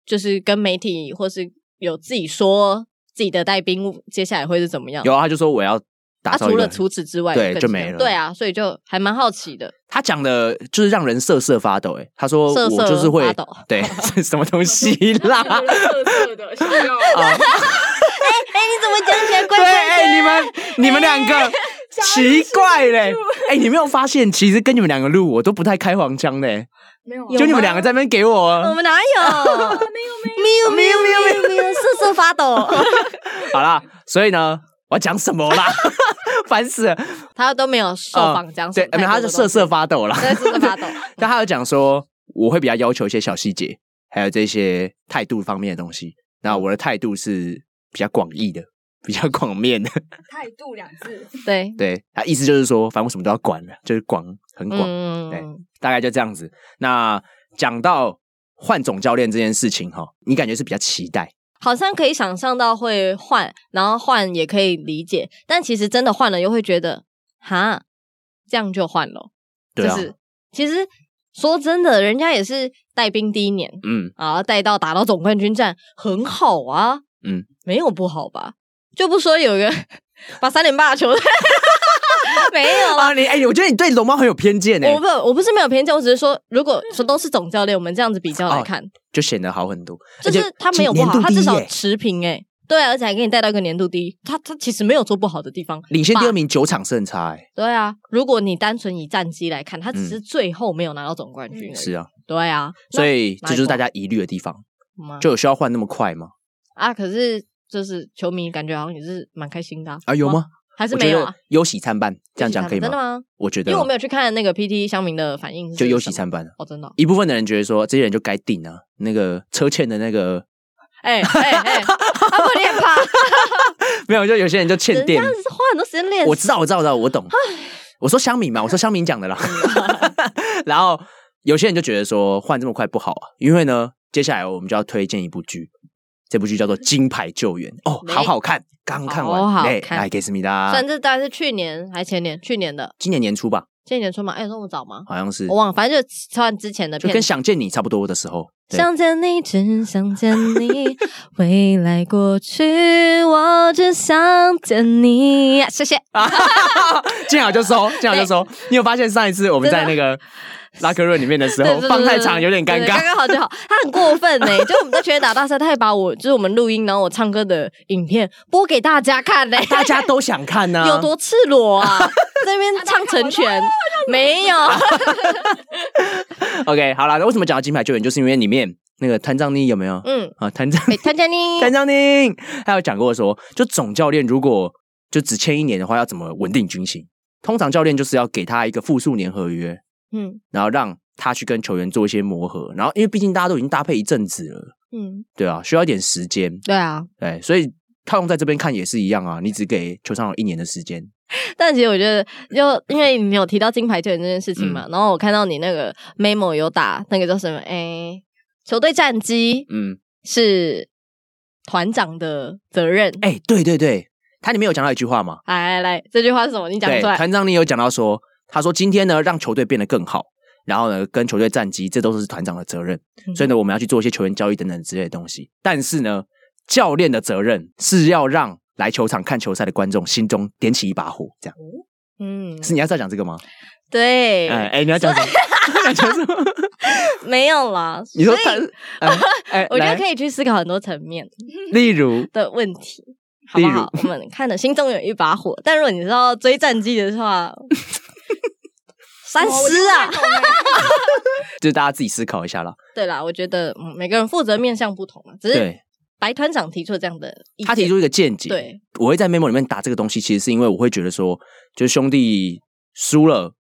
Speaker 1: 就是跟媒体或是有自己说自己的带兵接下来会是怎么样。
Speaker 3: 有啊，他就说我要打
Speaker 1: 啊，
Speaker 3: 造一
Speaker 1: 除
Speaker 3: 个
Speaker 1: 了除此之外，
Speaker 3: 对
Speaker 1: 更
Speaker 3: 就
Speaker 1: 怎
Speaker 3: 没
Speaker 1: 样
Speaker 3: 了
Speaker 1: 对啊，所以就还蛮好奇的。
Speaker 3: 他讲的就是让人瑟瑟发抖、欸。他说
Speaker 1: 瑟
Speaker 3: 我
Speaker 1: 瑟
Speaker 3: 就是会
Speaker 1: 发抖
Speaker 3: 对是什么东西啦？
Speaker 4: 然后就是色色的，想 要
Speaker 3: 啊
Speaker 1: 哎，你怎么讲起来怪哎
Speaker 3: 对，哎、你们你们两个奇怪嘞、哎、你没有发现其实跟你们两个录我都不太开黄腔嘞、
Speaker 4: 没有啊，
Speaker 1: 有
Speaker 3: 就你们
Speaker 1: 吗
Speaker 3: 两个在那边给我
Speaker 1: 我
Speaker 3: 啊
Speaker 1: 们哪有？ 没有没有没有没有没有瑟瑟发 抖，
Speaker 3: 好啦，所以呢，我要讲什么 啦？烦死了！
Speaker 1: 他都没有受访讲什
Speaker 3: 哦
Speaker 1: 么，，
Speaker 3: 对没有，他就瑟瑟，发抖啦。
Speaker 1: 对，瑟瑟发抖。
Speaker 3: 但他有讲说，我会比较要求一些小细节，还有这些态度方面的东西。那我的态度是比较广义的，比较广面 的。
Speaker 4: 态度两字，
Speaker 1: 对，
Speaker 3: 对，他意思就是说，反正我什么都要管了，就是广很广，对
Speaker 1: 嗯，
Speaker 3: 大概就这样子。那讲到换总教练这件事情哈，你感觉是比较期待，
Speaker 1: 好像可以想象到会换，然后换也可以理解，但其实真的换了又会觉得，哈，这样就换了，
Speaker 3: 对啊，
Speaker 1: 就是其实说真的，人家也是带兵第一年
Speaker 3: 嗯，
Speaker 1: 啊，带到打到总冠军战，很好啊，
Speaker 3: 嗯，
Speaker 1: 没有不好吧？就不说有一个 把三连霸的球队 没 有啦。
Speaker 3: 啊，你哎、我觉得你对龙猫很有偏见哎、
Speaker 1: 我不，我不是没有偏见，我只是说，如果说都是总教练，我们这样子比较来
Speaker 3: 哦
Speaker 1: 看，
Speaker 3: 就显得好很多，
Speaker 1: 就是他没有不
Speaker 3: 年
Speaker 1: 好，
Speaker 3: 度
Speaker 1: 他
Speaker 3: 第
Speaker 1: 至
Speaker 3: 一
Speaker 1: 少
Speaker 3: 耶
Speaker 1: 持平哎、对啊，而且还给你带到一个年度第一，他他其实没有做不好的地方。
Speaker 3: 领先第二名九场胜差哎、
Speaker 1: 对啊，如果你单纯以战绩来看，他只是最后没有拿到总冠军而已。
Speaker 3: 嗯是啊，
Speaker 1: 对啊，
Speaker 3: 所以
Speaker 1: 那
Speaker 3: 这就是大家疑虑的地方，
Speaker 1: 那嗯
Speaker 3: 就有需要换那么快吗？
Speaker 1: 啊，可是就是球迷感觉好像也是蛮开心的啊
Speaker 3: 啊，有吗？？
Speaker 1: 还是
Speaker 3: 我觉
Speaker 1: 没有
Speaker 3: 得
Speaker 1: 啊？
Speaker 3: 忧喜参半，这样讲可以
Speaker 1: 真的？吗？
Speaker 3: 我觉得，
Speaker 1: 因为我没有去看那个 PT 乡民的反应，
Speaker 3: 就忧喜参
Speaker 1: 半。
Speaker 3: 半。
Speaker 1: 哦，真的哦，
Speaker 3: 一部分的人觉得说，这些人就该定啊，那个车欠的那个
Speaker 1: 哎哎哎，他不练吧？
Speaker 3: 没有，就有些人就 欠
Speaker 1: 人
Speaker 3: 电
Speaker 1: 家。是花很多时间练，
Speaker 3: 我知道，我知啊道，我知道，我懂。我说香米嘛，我说香米讲 的啦。然后有些人就觉得说，换这么快不好啊，因为呢，接下来我们就要推荐一部剧，这部剧叫做《金牌救援》哦，
Speaker 1: 没
Speaker 3: 好好看，刚看完，
Speaker 1: 好好
Speaker 3: 哎
Speaker 1: 看
Speaker 3: 来给思密
Speaker 1: 虽
Speaker 3: 达。
Speaker 1: 然这大概是去年还前年，去年的
Speaker 3: 今年年初吧，
Speaker 1: 今年春嘛，哎，那么早吗？
Speaker 3: 好像是
Speaker 1: 我，忘了，反正就算之前的
Speaker 3: 就
Speaker 1: 片
Speaker 3: 跟《想见你》差不多的时候。对
Speaker 1: 想见你，只想见你，未来过去，我只想见 你。谢谢。
Speaker 3: 见好就收，见好就收。你有发现上一次我们在 那个拉克润里面的时候，放太长有点尴
Speaker 1: 对刚
Speaker 3: 尬。
Speaker 1: 刚好就好。他很过分呢、欸就我们在拳打大赛，他还把我就是我们录音，然后我唱歌的影片播给大家看呢、欸
Speaker 3: 大家都想看呢、
Speaker 1: 有多赤裸啊！在那边唱成 全，没有。
Speaker 3: OK，好了，那为什么讲到金牌救援，就是因为里面那个谭藏妮有没有？
Speaker 1: 嗯，
Speaker 3: 啊，谭藏
Speaker 1: 哎，谭佳妮，
Speaker 3: 谭藏妮，他有讲过说，就总教练如果就只签一年的话，要怎么稳定军心？通常教练就是要给他一个复数年合约，
Speaker 1: 嗯
Speaker 3: 然后让他去跟球员做一些磨合，然后因为毕竟大家都已经搭配一阵子了，
Speaker 1: 嗯，
Speaker 3: 对啊，需要一点时间，
Speaker 1: 对啊。
Speaker 3: 对，所以套用在这边看也是一样啊，你只给球场有一年的时间，
Speaker 1: 但其实我觉得， 就因为你有提到金牌球员这件事情嘛，
Speaker 3: 嗯
Speaker 1: 然后我看到你那个 memo 有打那个叫什么，诶，球队战绩
Speaker 3: 嗯，
Speaker 1: 是团长的责任。
Speaker 3: 哎、对对对，他里面有讲到一句话嘛，
Speaker 1: 来来来，这句话是什么？你讲
Speaker 3: 对，
Speaker 1: 出来。
Speaker 3: 团长你有讲到说，他说今天呢让球队变得更好，然后呢跟球队战绩，这都是团长的责任。
Speaker 1: 嗯
Speaker 3: 所以呢，我们要去做一些球员交易等等之类的东西。但是呢，教练的责任是要让来球场看球赛的观众心中点起一把火，这样
Speaker 1: 嗯，
Speaker 3: 是你要再讲这个吗？
Speaker 1: 对，
Speaker 3: 哎哎，你要讲什么？你要讲 什么？
Speaker 1: 没有啦。
Speaker 3: 你说
Speaker 1: 所以
Speaker 3: 他，哎哎，
Speaker 1: 我觉得
Speaker 3: 来
Speaker 1: 可以去思考很多层面
Speaker 3: 例如，
Speaker 1: 的问题，好不好？我们看的心中有一把火，但如果你知道追战绩的 话，三思啊！
Speaker 3: 就是大家自己思考一下啦。
Speaker 1: 对啦，我觉得嗯，每个人负责面向不同嘛，只是
Speaker 3: 对
Speaker 1: 白团长提出了这样的意见，
Speaker 3: 他提出一个见解，
Speaker 1: 对，
Speaker 3: 我会在 memo 里面打这个东西，其实是因为我会觉得说，就是兄弟输了，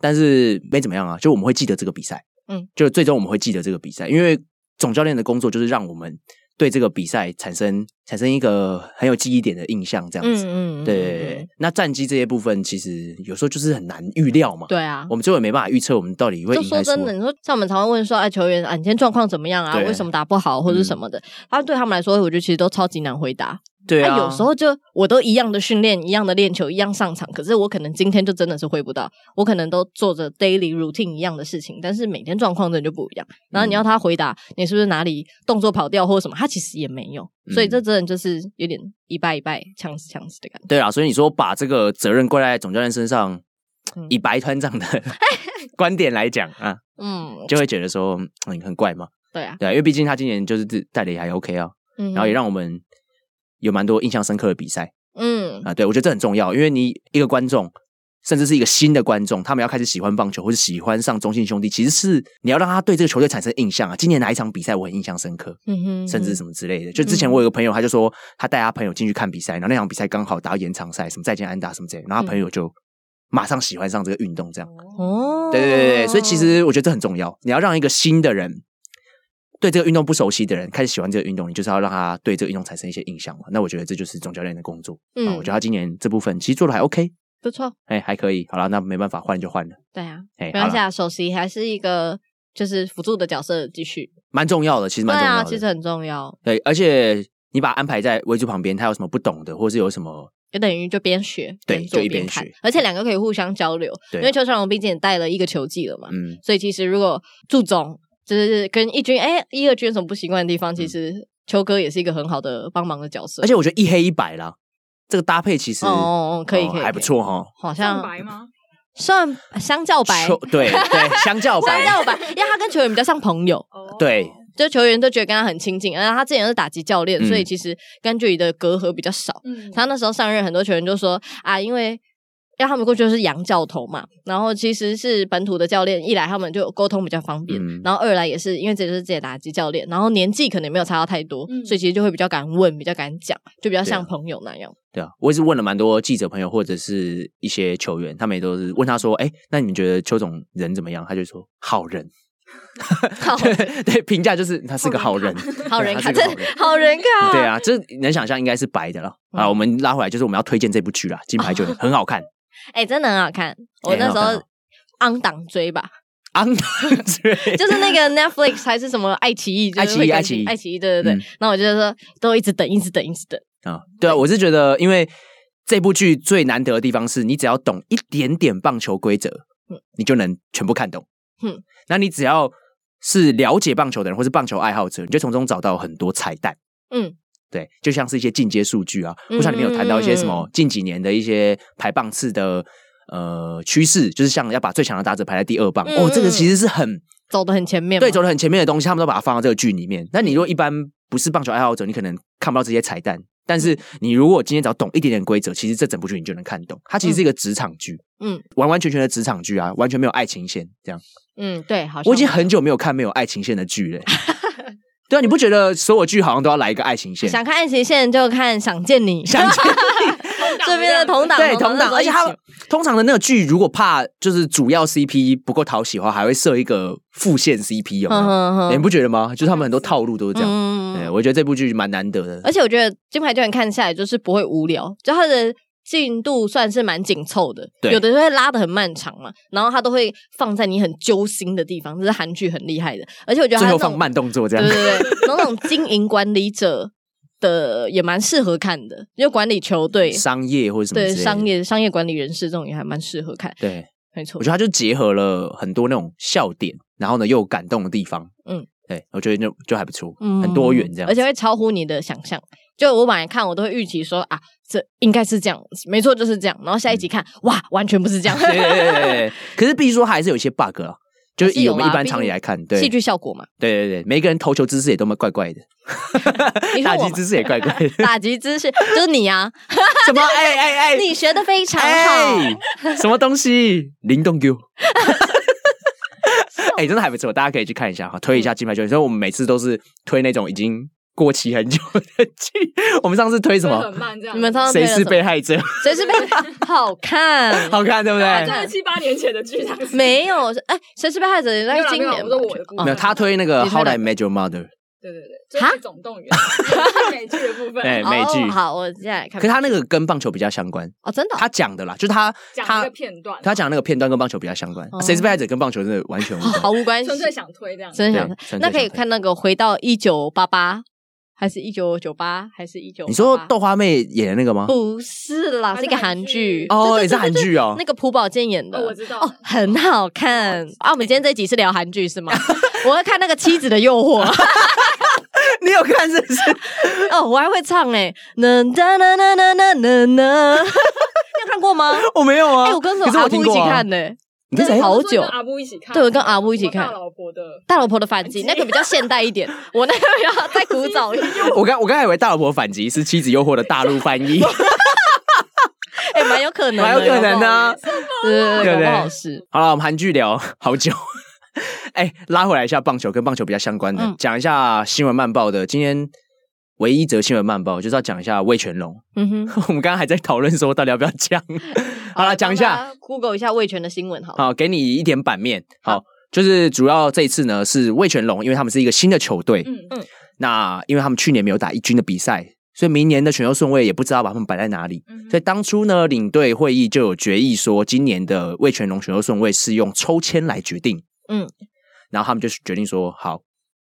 Speaker 3: 但是没怎么样啊，就我们会记得这个比赛，
Speaker 1: 嗯，
Speaker 3: 就最终我们会记得这个比赛，因为总教练的工作就是让我们对这个比赛产生产生一个很有记忆点的印象，这样子。
Speaker 1: 嗯嗯，
Speaker 3: 对，那战绩这些部分其实有时候就是很难预料嘛，
Speaker 1: 对啊。
Speaker 3: 我们最后也没办法预测我们到底会
Speaker 1: 就
Speaker 3: 赢
Speaker 1: 说
Speaker 3: 还是
Speaker 1: 真
Speaker 3: 输
Speaker 1: 的，。你说像我们常会问说，哎，球员啊，你今天状况怎么样啊？
Speaker 3: 对
Speaker 1: 为什么打不好或者什么的？他对他们来说，我觉得其实都超级难回答。
Speaker 3: 对啊，
Speaker 1: 那有时候就我都一样的训练，一样的练球，一样上场，可是我可能今天就真的是挥不到，我可能都做着 daily routine 一样的事情，但是每天状况真的就不一
Speaker 3: 嗯
Speaker 1: 样。然后你要他回答你是不是哪里动作跑掉或者什么，他其实也没有，
Speaker 3: 嗯
Speaker 1: 所以这真的就是有点一败一败、呛死呛死的感觉。
Speaker 3: 对啊，所以你说把这个责任怪在总教练身上
Speaker 1: 嗯，
Speaker 3: 以白 团长的观点来讲啊，
Speaker 1: 嗯，
Speaker 3: 就会觉得说嗯很怪嘛，
Speaker 1: 对啊，
Speaker 3: 对啊，因为毕竟他今年就是自带的也还 OK 啊，
Speaker 1: 嗯，
Speaker 3: 然后也让我们有蛮多印象深刻的比赛
Speaker 1: 嗯
Speaker 3: 啊，对我觉得这很重要，因为你一个观众。甚至是一个新的观众，他们要开始喜欢棒球，或是喜欢上中信兄弟，其实是你要让他对这个球队产生印象啊。今年哪一场比赛我很印象深刻，
Speaker 1: 嗯哼，嗯
Speaker 3: 甚至什么之类的。就之前我有个朋友，他就说他带他朋友进去看比赛，然后那场比赛刚好打到延长赛，什么再见安打什么之类的，然后他
Speaker 1: 嗯
Speaker 3: 朋友就马上喜欢上这个运动，这样。
Speaker 1: 哦，
Speaker 3: 对对对对，所以其实我觉得这很重要，你要让一个新的人。对这个运动不熟悉的人开始喜欢这个运动，你就是要让他对这个运动产生一些印象嘛。那我觉得这就是总教练的工作。
Speaker 1: 嗯
Speaker 3: 啊我觉得他今年这部分其实做的还 OK，
Speaker 1: 不错，
Speaker 3: 哎，还可以。好了，那没办法，换就换了，
Speaker 1: 对啊，
Speaker 3: 哎，
Speaker 1: 没关系
Speaker 3: 好啦，
Speaker 1: 啊，首席还是一个就是辅助的角色，继续，
Speaker 3: 蛮重要的，其实
Speaker 1: 对
Speaker 3: 蛮重要
Speaker 1: 啊，
Speaker 3: 的。
Speaker 1: 其实很重要，
Speaker 3: 对，而且你把他安排在维助旁边，他有什么不懂的，或是有什么
Speaker 1: 就等于就边学
Speaker 3: 对
Speaker 1: 边做
Speaker 3: 就一边
Speaker 1: 看
Speaker 3: 学，
Speaker 1: 而且两个可以互相交流。
Speaker 3: 对
Speaker 1: 因为邱成荣毕竟也带了一个球季了嘛，
Speaker 3: 嗯，
Speaker 1: 所以其实如果祝总就是跟一军哎一二军有什么不习惯的地方，其实邱哥也是一个很好的帮忙的角色。
Speaker 3: 嗯而且我觉得一黑一白啦，这个搭配其实
Speaker 1: 哦哦哦可以
Speaker 3: 哦
Speaker 1: 可以
Speaker 3: 还不错哈。
Speaker 1: 好像
Speaker 4: 上白吗？
Speaker 1: 算相较白，
Speaker 3: 秋对对，相较白
Speaker 1: 相，较白，因为他跟球员比较像朋友，
Speaker 4: 哦
Speaker 3: 对
Speaker 1: 就球员都觉得跟他很亲近，然后他之前是打击教练，
Speaker 3: 嗯
Speaker 1: 所以其实跟距离的隔阂比较少。
Speaker 4: 嗯，
Speaker 1: 他那时候上任，很多球员就说啊，因为让他们过去就是洋教头嘛，然后其实是本土的教练，一来他们就沟通比较方便，
Speaker 3: 嗯
Speaker 1: 然后二来也是因为这就是自己的打击教练，然后年纪可能也没有差到太多，
Speaker 4: 嗯
Speaker 1: 所以其实就会比较敢问，比较敢讲，就比较像
Speaker 3: 对啊
Speaker 1: 朋友那样。
Speaker 3: 对啊，我也是问了蛮多记者朋友或者是一些球员，他们也都是问他说：“哎，那你们觉得邱总人怎么样？”他就说：“好人。
Speaker 1: 好”
Speaker 3: 对，评价就是他是个哦好人，
Speaker 1: 好人
Speaker 3: 对
Speaker 1: 卡，
Speaker 3: 他是个
Speaker 1: 真
Speaker 3: 好
Speaker 1: 的
Speaker 3: 人。
Speaker 1: 好人卡，
Speaker 3: 对，啊，这能想象应该是白的了啊。
Speaker 1: 嗯
Speaker 3: 我们拉回来，就是我们要推荐这部剧啦，《金牌救援》很好看，
Speaker 1: 哎、真的很好看。我那时
Speaker 3: 哎很好看
Speaker 1: 候
Speaker 3: 哦
Speaker 1: 昂档追吧，
Speaker 3: 昂对，
Speaker 1: 就是 那个 Netflix 还是什么爱奇艺，就是会
Speaker 3: 爱
Speaker 1: 更
Speaker 3: 奇艺
Speaker 1: 新
Speaker 3: 爱
Speaker 1: 爱
Speaker 3: 奇
Speaker 1: 奇艺，对对
Speaker 3: 嗯
Speaker 1: 对。那、我就说都一直等，一直等，一直等。
Speaker 3: 啊，对啊，我是觉得，因为这部剧最难得的地方是你只要懂一点点棒球规则，
Speaker 1: 嗯
Speaker 3: 你就能全部看懂。嗯
Speaker 1: 嗯，
Speaker 3: 那你只要是了解棒球的人或是棒球爱好者，你就从中找到很多彩蛋。
Speaker 1: 嗯，
Speaker 3: 对，就像是一些进阶数据啊，
Speaker 1: 嗯
Speaker 3: 或像里面有谈到一些什
Speaker 1: 嗯
Speaker 3: 么近几年的一些排棒次的呃趋势，就是像要把最强的打者排在第二棒。
Speaker 1: 嗯
Speaker 3: 哦，这个
Speaker 1: 嗯
Speaker 3: 其实是很
Speaker 1: 走的很前面嘛，
Speaker 3: 对走的很前面的东西，他们都把它放到这个剧里面。那
Speaker 1: 嗯
Speaker 3: 你如果一般不是棒球爱好者，你可能看不到这些彩蛋。但
Speaker 1: 嗯
Speaker 3: 是你如果今天只要懂一点点规则，其实这整部剧你就能看懂。它其实是一个职场剧，
Speaker 1: 嗯，
Speaker 3: 完完全全的职场剧啊，完全没有爱情线。这样，
Speaker 1: 嗯，对，好像
Speaker 3: 我已经很久没有看没有爱情线的剧 了欸、对啊，你不觉得所有剧好像都要来一个爱情线？
Speaker 1: 想看爱情线就看《想见你》，
Speaker 3: 想见
Speaker 1: 这边的同党
Speaker 3: 对
Speaker 1: 同
Speaker 3: 同档，
Speaker 1: 那
Speaker 3: 而且
Speaker 1: 时候
Speaker 3: 他
Speaker 1: 一起
Speaker 3: 们通常的那个剧，如果怕就是主要 CP 不够讨喜的话，还会设一个副线 CP，有没有？
Speaker 1: 嗯哼哼
Speaker 3: 你哎不觉得吗？就是他们很多套路都是这样。哎
Speaker 1: 嗯
Speaker 3: 对，我觉得这部剧蛮难得的。
Speaker 1: 而且我觉得《金牌救援》看下来就是不会无聊，就它的进度算是蛮紧凑的，
Speaker 3: 对
Speaker 1: 有的就会拉的很漫长嘛，然后它都会放在你很揪心的地方，这是韩剧很厉害的。而且我觉得它
Speaker 3: 最
Speaker 1: 那
Speaker 3: 后
Speaker 1: 种
Speaker 3: 放慢动作这样
Speaker 1: 对，对对，那种经营管理者的也蛮适合看的，因为管理球队。
Speaker 3: 商业或者什么之
Speaker 1: 对
Speaker 3: 类的
Speaker 1: 商业商业管理人士这种也还蛮适合看，
Speaker 3: 对
Speaker 1: 没错
Speaker 3: 我觉，得它就结合了很多那种笑点，然后呢又有感动的地方。
Speaker 1: 嗯，
Speaker 3: 对，我觉得就就还不错，
Speaker 1: 嗯
Speaker 3: 很多元这样子。
Speaker 1: 而且会超乎你的想象。就我往来看，我都会预期说啊，这应该是这样，没错就是这样。然后下一集看，哇，完全不是这样。
Speaker 3: 对对对对对，可是必须说还是有一些 bug 啊，就是以我们一般常理来看，对
Speaker 1: 戏
Speaker 3: 对
Speaker 1: 剧效果嘛，
Speaker 3: 对对，每个人投球姿势也都蛮怪怪的，
Speaker 1: 你说
Speaker 3: 打
Speaker 1: 我
Speaker 3: 击
Speaker 1: 吗
Speaker 3: 姿势也 怪怪的，
Speaker 1: 打击姿势就是你啊，
Speaker 3: 什么哎哎 哎，
Speaker 1: 你学的非常好。
Speaker 3: 哎，什么东西？灵 动 Q。哎、真的还不错，大家可以去看一下哈，推一下金牌球员。所以我们每次都是推那种已经过期很久的剧。我们上次推什
Speaker 4: 所以
Speaker 3: 么
Speaker 4: 很？慢这样。
Speaker 1: 你们常常推
Speaker 3: 谁
Speaker 1: 了什
Speaker 3: 是
Speaker 1: 么
Speaker 3: 被 害者？
Speaker 1: 谁是被好看？
Speaker 3: 好看，对不
Speaker 4: 啊
Speaker 3: 对
Speaker 4: 真？的七八年前的剧，当时
Speaker 1: 没有，哎，谁是被害者？也在
Speaker 4: 没有啦
Speaker 1: 今
Speaker 4: 没有啦
Speaker 1: 年
Speaker 4: 我
Speaker 1: 吧
Speaker 4: 说我的故事
Speaker 1: 哦
Speaker 3: 没有，他推那个《
Speaker 1: 你推
Speaker 3: How
Speaker 1: 哪
Speaker 3: I
Speaker 1: 个
Speaker 3: Met Your Mother》，
Speaker 4: 对对对，
Speaker 1: 哈
Speaker 4: 就是总动员，就是美剧的部分。
Speaker 3: 哎美剧
Speaker 1: 哦好，我接下来看。
Speaker 3: 可是他那个跟棒球比较相关，
Speaker 1: 哦，真的哦
Speaker 3: 他讲的啦，就是他
Speaker 4: 讲一
Speaker 3: 他
Speaker 4: 个片段，
Speaker 3: 他讲那个片段跟棒球比较相关
Speaker 1: 哦，
Speaker 3: 谁是被害者跟棒球真的完全无关。
Speaker 1: 毫无关系
Speaker 4: 纯，粹想推这样。
Speaker 1: 真的想
Speaker 3: 对啊纯粹
Speaker 1: 那可以
Speaker 3: 想推
Speaker 1: 看那个回到一九八八，还是一九九八，还是一九？
Speaker 3: 你说豆花妹演的那个吗？
Speaker 1: 不是啦，
Speaker 4: 它
Speaker 1: 是
Speaker 4: 是
Speaker 1: 一个
Speaker 4: 韩
Speaker 1: 韩
Speaker 4: 剧
Speaker 1: 剧
Speaker 3: 哦，
Speaker 1: 对
Speaker 3: 也是韩。
Speaker 1: 对对对
Speaker 3: 剧哦
Speaker 1: 那。个朴宝剑演的，
Speaker 4: 哦我知道
Speaker 1: 哦，很好看啊！我们今天这集是聊韩剧是吗？ 我会看那个《妻子的诱惑》
Speaker 3: 你有看是不是？
Speaker 1: 哦，我还会唱哎，呢哒呢呢呢呢呢呢， 你有看过吗？
Speaker 3: 我没有啊。
Speaker 1: 哎、我跟什
Speaker 3: 可
Speaker 1: 么
Speaker 3: 是
Speaker 1: 阿
Speaker 3: 我
Speaker 1: 布
Speaker 3: 听
Speaker 1: 一起
Speaker 3: 过啊
Speaker 1: 看欸呢、
Speaker 3: 你跟谁
Speaker 1: 好
Speaker 4: 我说你
Speaker 1: 久
Speaker 4: 跟阿布一起看，
Speaker 1: 对我跟阿布一起
Speaker 4: 我
Speaker 1: 看
Speaker 4: 大老婆的，
Speaker 1: 大老婆的反 击，那个比较现代一点，我那个要再古早一点，
Speaker 3: 我刚我刚才以为大老婆 反击是妻子诱惑的大陆翻译，
Speaker 1: 哎、蛮有可能的，
Speaker 3: 蛮有可能的啊。
Speaker 1: 对
Speaker 3: 对
Speaker 1: 对
Speaker 3: 不
Speaker 1: 对，
Speaker 3: 对
Speaker 1: 搞不好是。
Speaker 3: 好了，我们韩剧聊好久。 哎、拉回来一下棒球，跟棒球比较相关的
Speaker 1: 嗯，
Speaker 3: 讲、一下新闻慢报的。今天唯一一则新闻慢报就是要讲一下魏全龙。
Speaker 1: 嗯哼，
Speaker 3: 我们刚刚还在讨论说到底要不要 讲。好了，讲一下，
Speaker 1: ，Google 一下魏权的新闻好了。
Speaker 3: 好，给你一点版面。好，就是主要这一次呢是魏全龙，因为他们是一个新的球队，
Speaker 4: 嗯，
Speaker 3: 那因为他们去年没有打一军的比赛，所以明年的选秀顺位也不知道把他们摆在哪里。
Speaker 4: 嗯哼
Speaker 3: 所以当初呢，领队会议就有决议说，今年的魏全龙选秀顺位是用抽签来决定。
Speaker 1: 嗯，
Speaker 3: 然后他们就决定说，好，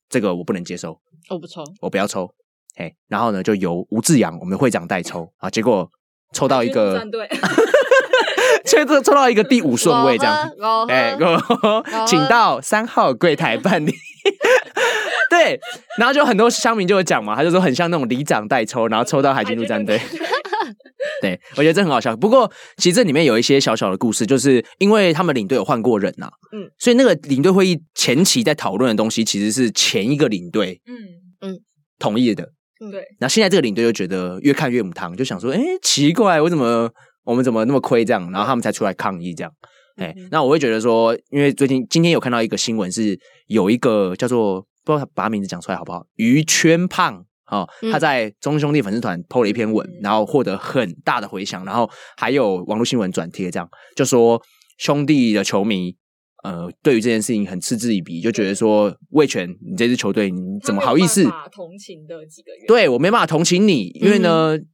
Speaker 3: 这个我不能接受，
Speaker 1: 我不抽，
Speaker 3: 哦我不要抽。哎，然后呢，就由吴志阳我们的会长代抽啊，结果抽到 一
Speaker 4: 军
Speaker 3: 个
Speaker 4: 战，队，
Speaker 3: 抽抽抽到一个第五顺位这样。
Speaker 1: 我喝
Speaker 3: 哎， 我请到三号柜台办 理。对，然后就很多乡民就有讲嘛，他就说很像那种里长代抽，然后抽到海军陆战队。 对，我觉得这很好笑。不过其实这里面有一些小小的故事，就是因为他们领队有换过人呐、嗯
Speaker 1: 嗯，
Speaker 3: 所以那个领队会议前期在讨论的东西，其实是前一个领队
Speaker 4: 嗯，
Speaker 3: 同意的。
Speaker 4: 对，
Speaker 3: 然后现在这个领队就觉得越看越母汤，就想说，哎，奇怪，我怎么我们怎么那么亏这
Speaker 4: 嗯
Speaker 3: 样？然后他们才出来抗议这样。哎、那我会觉得说，因为最近今天有看到一个新闻，是有一个叫做不知道把他名字讲出来好不好，于圈胖。哦，
Speaker 1: 嗯
Speaker 3: 他在中兄弟粉丝团 PO 了一篇文，
Speaker 4: 嗯
Speaker 3: 然后获得很大的回响，然后还有网络新闻转贴，这样就说兄弟的球迷，呃，对于这件事情很嗤之以鼻，就觉得说魏权，你这支球队你怎么好意思？
Speaker 4: 他没有办法同情的几个月，
Speaker 3: 对我没办法同情你，因为呢，
Speaker 1: 嗯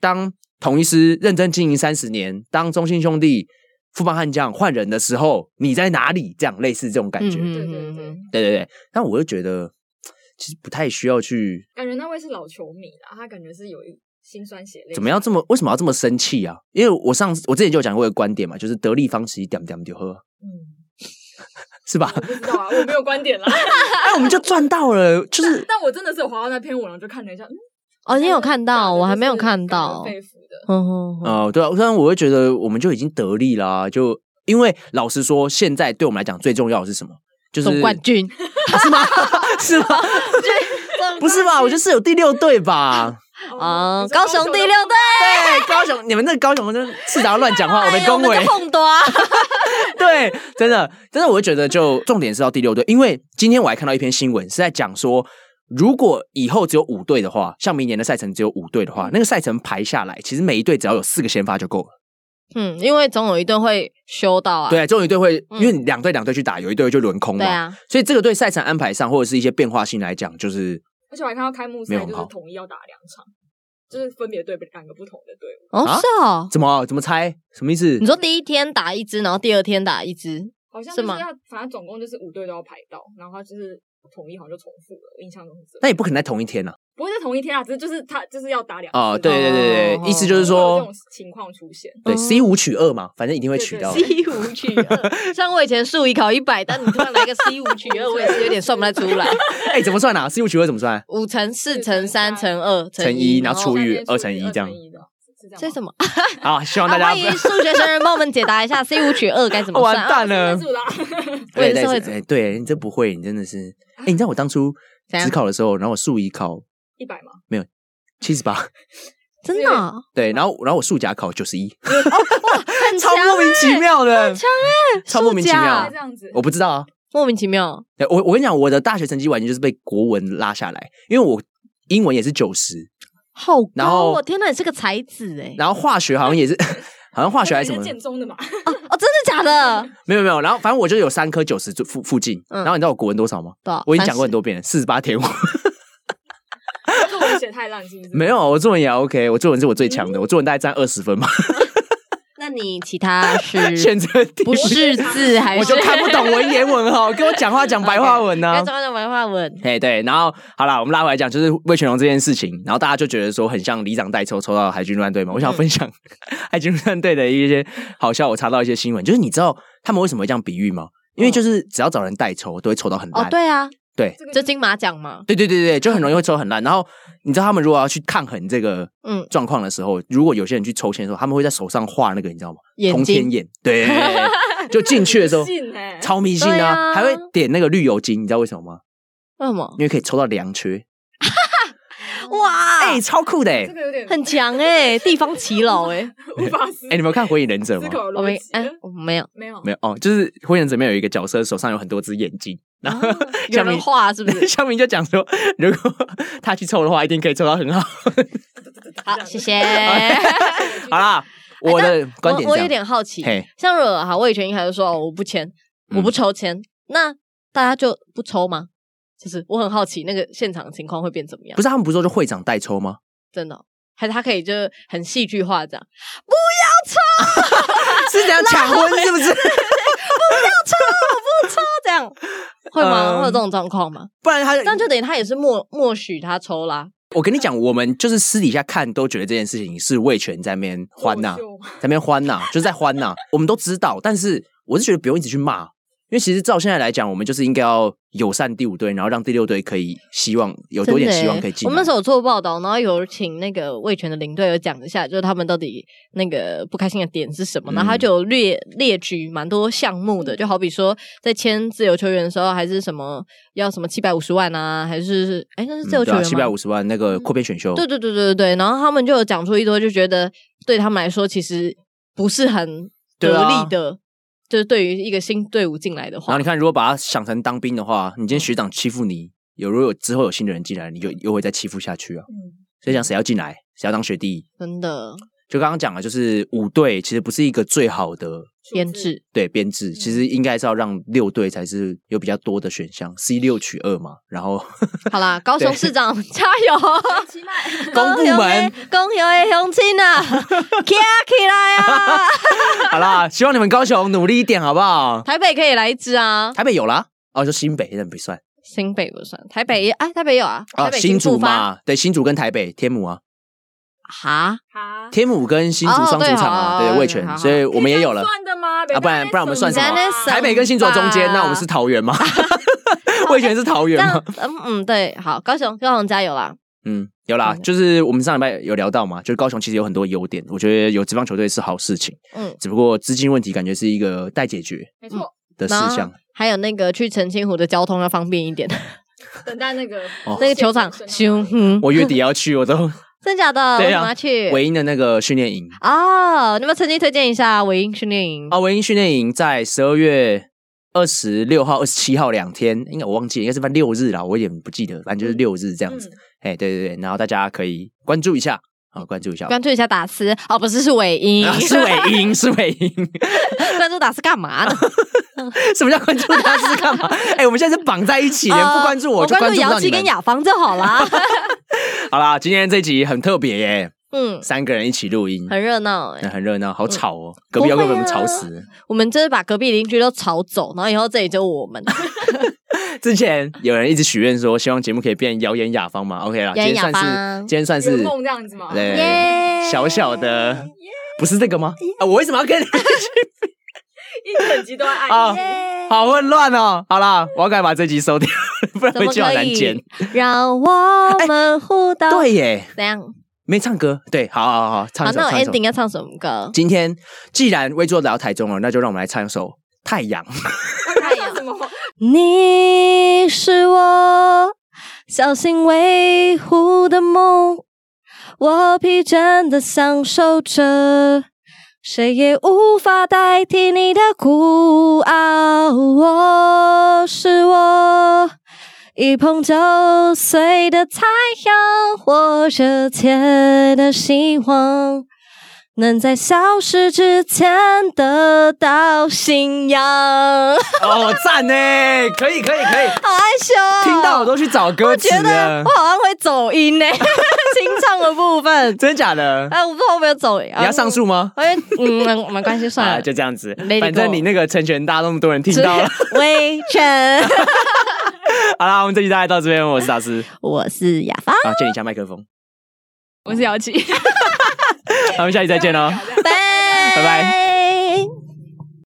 Speaker 3: 当同一师认真经营三十年，当中信兄弟、富邦悍将换人的时候，你在哪里？这样类似这种感觉，
Speaker 1: 嗯
Speaker 4: 对对对，
Speaker 3: 对对对。但我就觉得，其实不太需要去
Speaker 4: 感觉那位是老球迷啦，他感觉是有一心酸血泪，
Speaker 3: 怎么样这么为什么要这么生气啊？因为我上次我之前就有讲过一个观点嘛，就是得力方其实点点就喝，
Speaker 4: 嗯，
Speaker 3: 是吧
Speaker 4: 我？不知道啊，我没有观点啦，
Speaker 3: 哎，我们就赚到了， 就是
Speaker 4: 但我真的是有滑到那篇文，然后就看了一下，嗯，
Speaker 1: 哦，你有看到？我还没有看
Speaker 4: 打
Speaker 1: 到
Speaker 4: 得。就是感人肺腑的，
Speaker 1: 嗯哼，哼
Speaker 3: 呃，对啊，虽然我会觉得我们就已经得力啦、就因为老实说，现在对我们来讲最重要的是什么？就是
Speaker 1: 总冠军
Speaker 3: 啊是吗？ 是吗？不是吧？我觉得是有第六队吧？
Speaker 4: 哦
Speaker 1: 啊，
Speaker 4: 你说
Speaker 1: 高雄第六队，
Speaker 3: 对，高雄，你们那高雄真的市长乱讲话，哦我
Speaker 1: 哎
Speaker 3: 被
Speaker 1: 呦我
Speaker 3: 恭
Speaker 1: 们
Speaker 3: 维
Speaker 1: 就。碰多啊。
Speaker 3: 对，真的，真的，我就觉得就重点是到第六队，因为今天我还看到一篇新闻是在讲说，如果以后只有五队的话，像明年的赛程只有五队的话，那个赛程排下来，其实每一队只要有四个先发就够了。
Speaker 1: 嗯，因为总有一顿会修到啊。
Speaker 3: 对，总有一队会，
Speaker 1: 嗯
Speaker 3: 因为两队两队去打，有一队就轮空嘛。
Speaker 1: 对啊，
Speaker 3: 所以这个对赛程安排上或者是一些变化性来讲，就是
Speaker 4: 而且我还看到开幕
Speaker 3: 没
Speaker 4: 赛
Speaker 3: 有很
Speaker 4: 就
Speaker 3: 好
Speaker 4: 是统一要打两场，就是分别对两个不同的队伍。
Speaker 1: 哦
Speaker 3: 啊
Speaker 1: 是哦。
Speaker 3: 怎么怎么猜，什么意思
Speaker 1: 你？说第一天打一支，然后第二天打一支，
Speaker 4: 好像就
Speaker 1: 是
Speaker 4: 是
Speaker 1: 吗
Speaker 4: 要反正总共就是五队都要排到，然后他就是统一好像就重复了，印象中是这样。
Speaker 3: 那也不可能在同一天啊。
Speaker 4: 不会在同一天啊，只是就是他就是要打两次
Speaker 3: 哦，对对对对，意思就
Speaker 4: 就是
Speaker 2: 哦
Speaker 4: 这种
Speaker 3: 说，
Speaker 4: 情况出现。
Speaker 3: 对 C 五取二嘛，反正一定会取到的。
Speaker 4: 对
Speaker 1: ，C 五取二。 像我以前数一考一百，但你突然来个 C 五取二，我也是有点算不太出来。
Speaker 3: 哎，怎么算啊？C 五取二怎么算？
Speaker 1: 五乘四乘三乘二
Speaker 3: 乘一然后除
Speaker 4: 三
Speaker 3: 以
Speaker 4: 天
Speaker 3: 二乘一
Speaker 4: 除以
Speaker 3: 这样
Speaker 4: 一的，啊是这样吗。
Speaker 1: 这是什么？
Speaker 3: 好，希
Speaker 1: 啊
Speaker 3: 望大家
Speaker 1: 欢迎数学生人帮我们解答一下 C 五取二该怎么
Speaker 3: 完
Speaker 1: 算。啊
Speaker 3: 蛋了哎
Speaker 4: 是。 啦，
Speaker 1: 我也是
Speaker 3: 对
Speaker 1: 会
Speaker 3: 对对，你真不会，你真的是。哎，你知道我当初
Speaker 1: 怎样
Speaker 3: 只考的时候，然后我数一考
Speaker 4: 一百吗？
Speaker 3: 七十八，
Speaker 1: 真的哦
Speaker 3: 对，然后然后我数甲考九十一，
Speaker 1: 很啊
Speaker 3: 超莫名其妙的，
Speaker 1: 强哎，
Speaker 3: 超莫名其
Speaker 1: 数
Speaker 3: 妙
Speaker 1: 甲
Speaker 4: 这样子，
Speaker 3: 我不知道啊。
Speaker 1: 莫名其妙。
Speaker 3: 对我我跟你讲，我的大学成绩完全就是被国文拉下来，因为我英文也是九十，
Speaker 1: 好
Speaker 3: 然
Speaker 1: 高哦！
Speaker 3: 后
Speaker 1: 天哪，你是个才子哎！
Speaker 3: 然后化学好像也是， 好像化学还是什
Speaker 4: 他
Speaker 3: 么
Speaker 4: 可能，建中的嘛？
Speaker 1: 哦，真的假 的？
Speaker 3: 没有没有。然后反正我就有三科九十附附近。
Speaker 1: 嗯
Speaker 3: 然后你知道我国文多少吗？
Speaker 1: 多少
Speaker 3: 我已经讲过很
Speaker 1: 多。
Speaker 3: 多遍了，四十八点五。
Speaker 4: 作文写太烂是不是？
Speaker 3: 没有，我作文也 OK，我作文是我最强的，我作文大概占二十分吧。
Speaker 1: 那你其他是
Speaker 3: 选择题
Speaker 1: 嗯不是字还是？
Speaker 3: 我就看啊不懂文言文哦，跟我讲话讲白话文呢、
Speaker 1: 要装上白话文。
Speaker 3: 哎、对，然后好啦，我们拉回来讲，就是魏全龙这件事情，然后大家就觉得说很像里长代抽抽到海军陆战队嘛。我
Speaker 1: 嗯
Speaker 3: 想分享海军陆战队的一些好笑，我查到一些新闻，就是你知道他们为什么会这样比喻吗？因为就是只要找人代抽，都会抽到很烂。
Speaker 1: 嗯哦，对啊，
Speaker 3: 对
Speaker 4: 这个
Speaker 1: 就金马奖嘛。
Speaker 3: 对对对对，就很容易会抽很烂。然后你知道他们如果要去抗衡这个
Speaker 1: 嗯
Speaker 3: 状况的时候，如果有些人去抽签的时候，他们会在手上画那个你知道吗？
Speaker 1: 眼
Speaker 3: 通天
Speaker 1: 睛
Speaker 3: 眼，对，就进去 的时候
Speaker 4: 信欸
Speaker 3: 超迷信
Speaker 1: 对
Speaker 3: 啊，
Speaker 1: 啊
Speaker 3: 还会点那个绿油精，你知道为什么吗？
Speaker 1: 为什么？
Speaker 3: 因为可以抽到凉缺，
Speaker 1: 哇，
Speaker 3: 哎、超酷的哎、
Speaker 4: 这个有点
Speaker 1: 很强 哎，地方耆老哎。
Speaker 4: 无法思
Speaker 3: 哎、你们有看《火影忍者》
Speaker 4: 思
Speaker 3: 吗？
Speaker 4: 考
Speaker 1: 我
Speaker 4: 逻
Speaker 1: 没
Speaker 4: 辑，
Speaker 1: 哎，我没有。
Speaker 4: 没有
Speaker 3: 没有哦，就是《火影忍者》里面有一个角色手上有很多只眼睛，然后
Speaker 1: 有
Speaker 3: 小明
Speaker 1: 人画是不 是？
Speaker 3: 小明就讲说，如果他去抽的话，一定可以抽到 很好。
Speaker 1: 好，谢谢。
Speaker 3: 好啦，我的观
Speaker 1: 哎我
Speaker 3: 点
Speaker 1: 我
Speaker 3: 是
Speaker 1: 有
Speaker 3: 这样，
Speaker 1: 点好奇，
Speaker 3: 嘿，
Speaker 1: 像如果哈，我以前一开始说哦，我不签，我不抽签，那大家就不抽吗？就是我很好奇那个现场情况会变怎么样
Speaker 3: 不，是他们不是说就会长代抽吗？
Speaker 1: 真的哦、还是他可以就是很戏剧化 这样，啊
Speaker 3: 是想抢婚是不是？
Speaker 1: 这样会吗？
Speaker 3: 嗯
Speaker 1: 会有这种状况吗？
Speaker 3: 不然他
Speaker 1: 这样就等于他也是默默许他抽啦。
Speaker 3: 我跟你讲，我们就是私底下看都觉得这件事情是魏权在那边欢呐、
Speaker 4: 作秀
Speaker 3: 在那边欢呐、就是在欢呐、 我们都知道，但是我是觉得不用一直去骂，因为其实照现在来讲，我们就是应该要友善第五队，然后让第六队可以希望有多一点
Speaker 1: 真的
Speaker 3: 希望
Speaker 1: 耶
Speaker 3: 可以进
Speaker 1: 我
Speaker 3: 来。
Speaker 1: 们那时候有做报道，然后有请那个魏权的领队有讲一下，就是他们到底那个不开心的点是什么，
Speaker 3: 嗯
Speaker 1: 然后他就有列列举蛮多项目的，就好比说在签自由球员的时候，还是什么要什么七百五十万啊，还是哎那是自由球员吗？
Speaker 3: 嗯
Speaker 1: 嗯
Speaker 3: 啊七百五十万那个扩编选秀，
Speaker 1: 对对对对对对，然后他们就有讲出一堆，就觉得对他们来说其实不是很得
Speaker 3: 对啊
Speaker 1: 力的，就是对于一个新队伍进来的
Speaker 3: 然后
Speaker 1: 话
Speaker 3: 你，看，如果把他想成当兵的话，你今天学长欺负你，有如果有之后有新的人进来，你就又会再欺负下去啊。
Speaker 4: 嗯，
Speaker 3: 所以讲谁要进来，谁要当学弟，
Speaker 1: 真的
Speaker 3: 就刚刚讲了，就是五队其实不是一个最好的
Speaker 1: 编制
Speaker 3: 对编制，其
Speaker 1: 嗯
Speaker 3: 实应该是要让六队才是有比较多的选项，C 六取二嘛，然后
Speaker 1: 好啦，高雄
Speaker 3: 对
Speaker 1: 市长 加油！
Speaker 4: 起码
Speaker 3: 公部门，
Speaker 1: 公雄的乡亲 啊，起啊起来啊！
Speaker 3: 好啦，希望你们高雄努力一点好不好？
Speaker 1: 台北可以来一支啊，
Speaker 3: 台北有啦，哦，就新北那不算
Speaker 1: 新北不算，台北也哎，台北有啊，
Speaker 3: 啊，
Speaker 1: 台北
Speaker 3: 新
Speaker 1: 竹
Speaker 3: 竹，嘛，对，新竹跟台北天母啊，
Speaker 1: 哈，
Speaker 4: 哈，
Speaker 3: 天母跟新竹双主场
Speaker 1: 哦
Speaker 3: 啊，
Speaker 1: 对好
Speaker 3: 对魏
Speaker 1: 好好
Speaker 3: 权，所以我们也有了
Speaker 4: 可以这样。算的吗？
Speaker 3: 啊不然不然我们算
Speaker 1: 什么
Speaker 3: 台北跟新竹有中间，
Speaker 1: 吧
Speaker 3: 那我们是桃园吗？魏权是桃
Speaker 1: 这
Speaker 3: 园
Speaker 1: 样
Speaker 3: 吗？
Speaker 1: 嗯嗯对，好，高雄高雄加油啦！
Speaker 3: 嗯，有啦，就是我们上礼拜有聊到嘛，就是高雄其实有很多优点，我觉得有职棒球队是好事情，
Speaker 1: 嗯，
Speaker 3: 只不过资金问题感觉是一个待解决
Speaker 4: 没错，
Speaker 3: 的事
Speaker 1: 然后
Speaker 3: 项。
Speaker 1: 还有那个去澄清湖的交通要方便一点，
Speaker 4: 等待那个
Speaker 3: 哦
Speaker 1: 那个球场，
Speaker 4: 先
Speaker 1: 凶，
Speaker 4: 生
Speaker 1: 嗯，
Speaker 3: 我月底要去，我都
Speaker 1: 真假的，我
Speaker 3: 对
Speaker 1: 想
Speaker 3: 啊
Speaker 1: 要去。
Speaker 3: 维英的那个训练营
Speaker 1: 哦，那么曾经推荐一下维英训练营
Speaker 3: 啊，维英训练营在十二月二十六号、二十七号两天，应该我忘记了，应该是翻六日啦，我有点不记得，反正就是六日这样
Speaker 4: 嗯
Speaker 2: 嗯
Speaker 3: 子。哎、对对对，然后大家可以关注一下啊，关注一下。
Speaker 1: 关注一下达斯哦，不是是韦英，
Speaker 3: 啊，是尾音，啊是尾音。
Speaker 1: 关注达斯干嘛呢？
Speaker 3: 什么叫关注他是干嘛？哎、我们现在是绑在一起，连不关注
Speaker 1: 呃
Speaker 3: 我
Speaker 1: 我
Speaker 3: 就关
Speaker 1: 关
Speaker 3: 注不
Speaker 1: 姚
Speaker 3: 到
Speaker 1: 琦
Speaker 3: 你
Speaker 1: 跟
Speaker 3: 们。
Speaker 1: 雅芳就好啦。
Speaker 3: 好啦，今天这集很特别耶，
Speaker 1: 嗯，
Speaker 3: 三个人一起录音，
Speaker 1: 很热闹哎
Speaker 3: 那。很热闹，好吵哦，隔壁要被我们吵死。
Speaker 1: 我们真是把隔壁邻居都吵走，然后以后这里就我们。
Speaker 3: 之前有人一直许愿说，希望节目可以变谣言雅芳嘛，OK 啦，今
Speaker 1: 谣言
Speaker 3: 天
Speaker 1: 雅
Speaker 3: 算是
Speaker 1: 芳
Speaker 3: 今天算
Speaker 4: 圆
Speaker 3: 是
Speaker 4: 梦这样子嘛。
Speaker 3: 对
Speaker 1: 啊耶
Speaker 3: 小小的，不是这个吗？啊，我为什么要跟你？
Speaker 4: 一整集都在爱
Speaker 3: 啊
Speaker 4: 你。
Speaker 3: 好混乱哦！好啦，我要赶快把这集收掉， 不然
Speaker 1: 怎
Speaker 3: 回
Speaker 1: 么
Speaker 3: 去好
Speaker 1: 可
Speaker 3: 难剪哎
Speaker 1: 以。让 我们互动？
Speaker 3: 对，耶，
Speaker 1: 怎样？
Speaker 3: 没唱歌，对，好好好，唱
Speaker 1: 好
Speaker 3: 一，首，
Speaker 1: 那我
Speaker 3: 唱一首。
Speaker 1: ending 要唱什么歌？
Speaker 3: 今天既然微做聊台中了，那就让我们来唱一首《太阳》。
Speaker 4: 太阳什么？
Speaker 1: 你是我小心维护的梦，我疲倦的享受着，谁也无法代替你的孤傲。啊我是我一碰就碎的太阳，我热切的希望。能在消失之前得到信仰。
Speaker 3: 哦，赞呢，可以可以可以，
Speaker 1: 好害羞、哦，
Speaker 3: 听到我都去找歌
Speaker 1: 我
Speaker 3: 词
Speaker 1: 觉得
Speaker 3: 了
Speaker 1: 我，好像会走音 呢，清唱的部分。
Speaker 3: 真假的？
Speaker 1: 哎，我不知道会不会走音。
Speaker 3: 你要上
Speaker 1: 诉？
Speaker 3: 诉吗？
Speaker 1: 哎，嗯，没没关系，算
Speaker 3: 啊，
Speaker 1: 了，
Speaker 3: 就这样子
Speaker 1: Let it，
Speaker 3: 反正
Speaker 1: go
Speaker 3: 你那个成全大家那么多人听
Speaker 1: 只
Speaker 3: 到了。
Speaker 1: 微 尘，
Speaker 3: 好啦，我们这集大概到这边，我是大师，
Speaker 1: 我是雅芳，
Speaker 3: 好，借你一下麦克风，
Speaker 2: 我是姚琪。
Speaker 3: 好我们下期再见喽。哦
Speaker 1: 拜
Speaker 3: 拜
Speaker 1: 拜。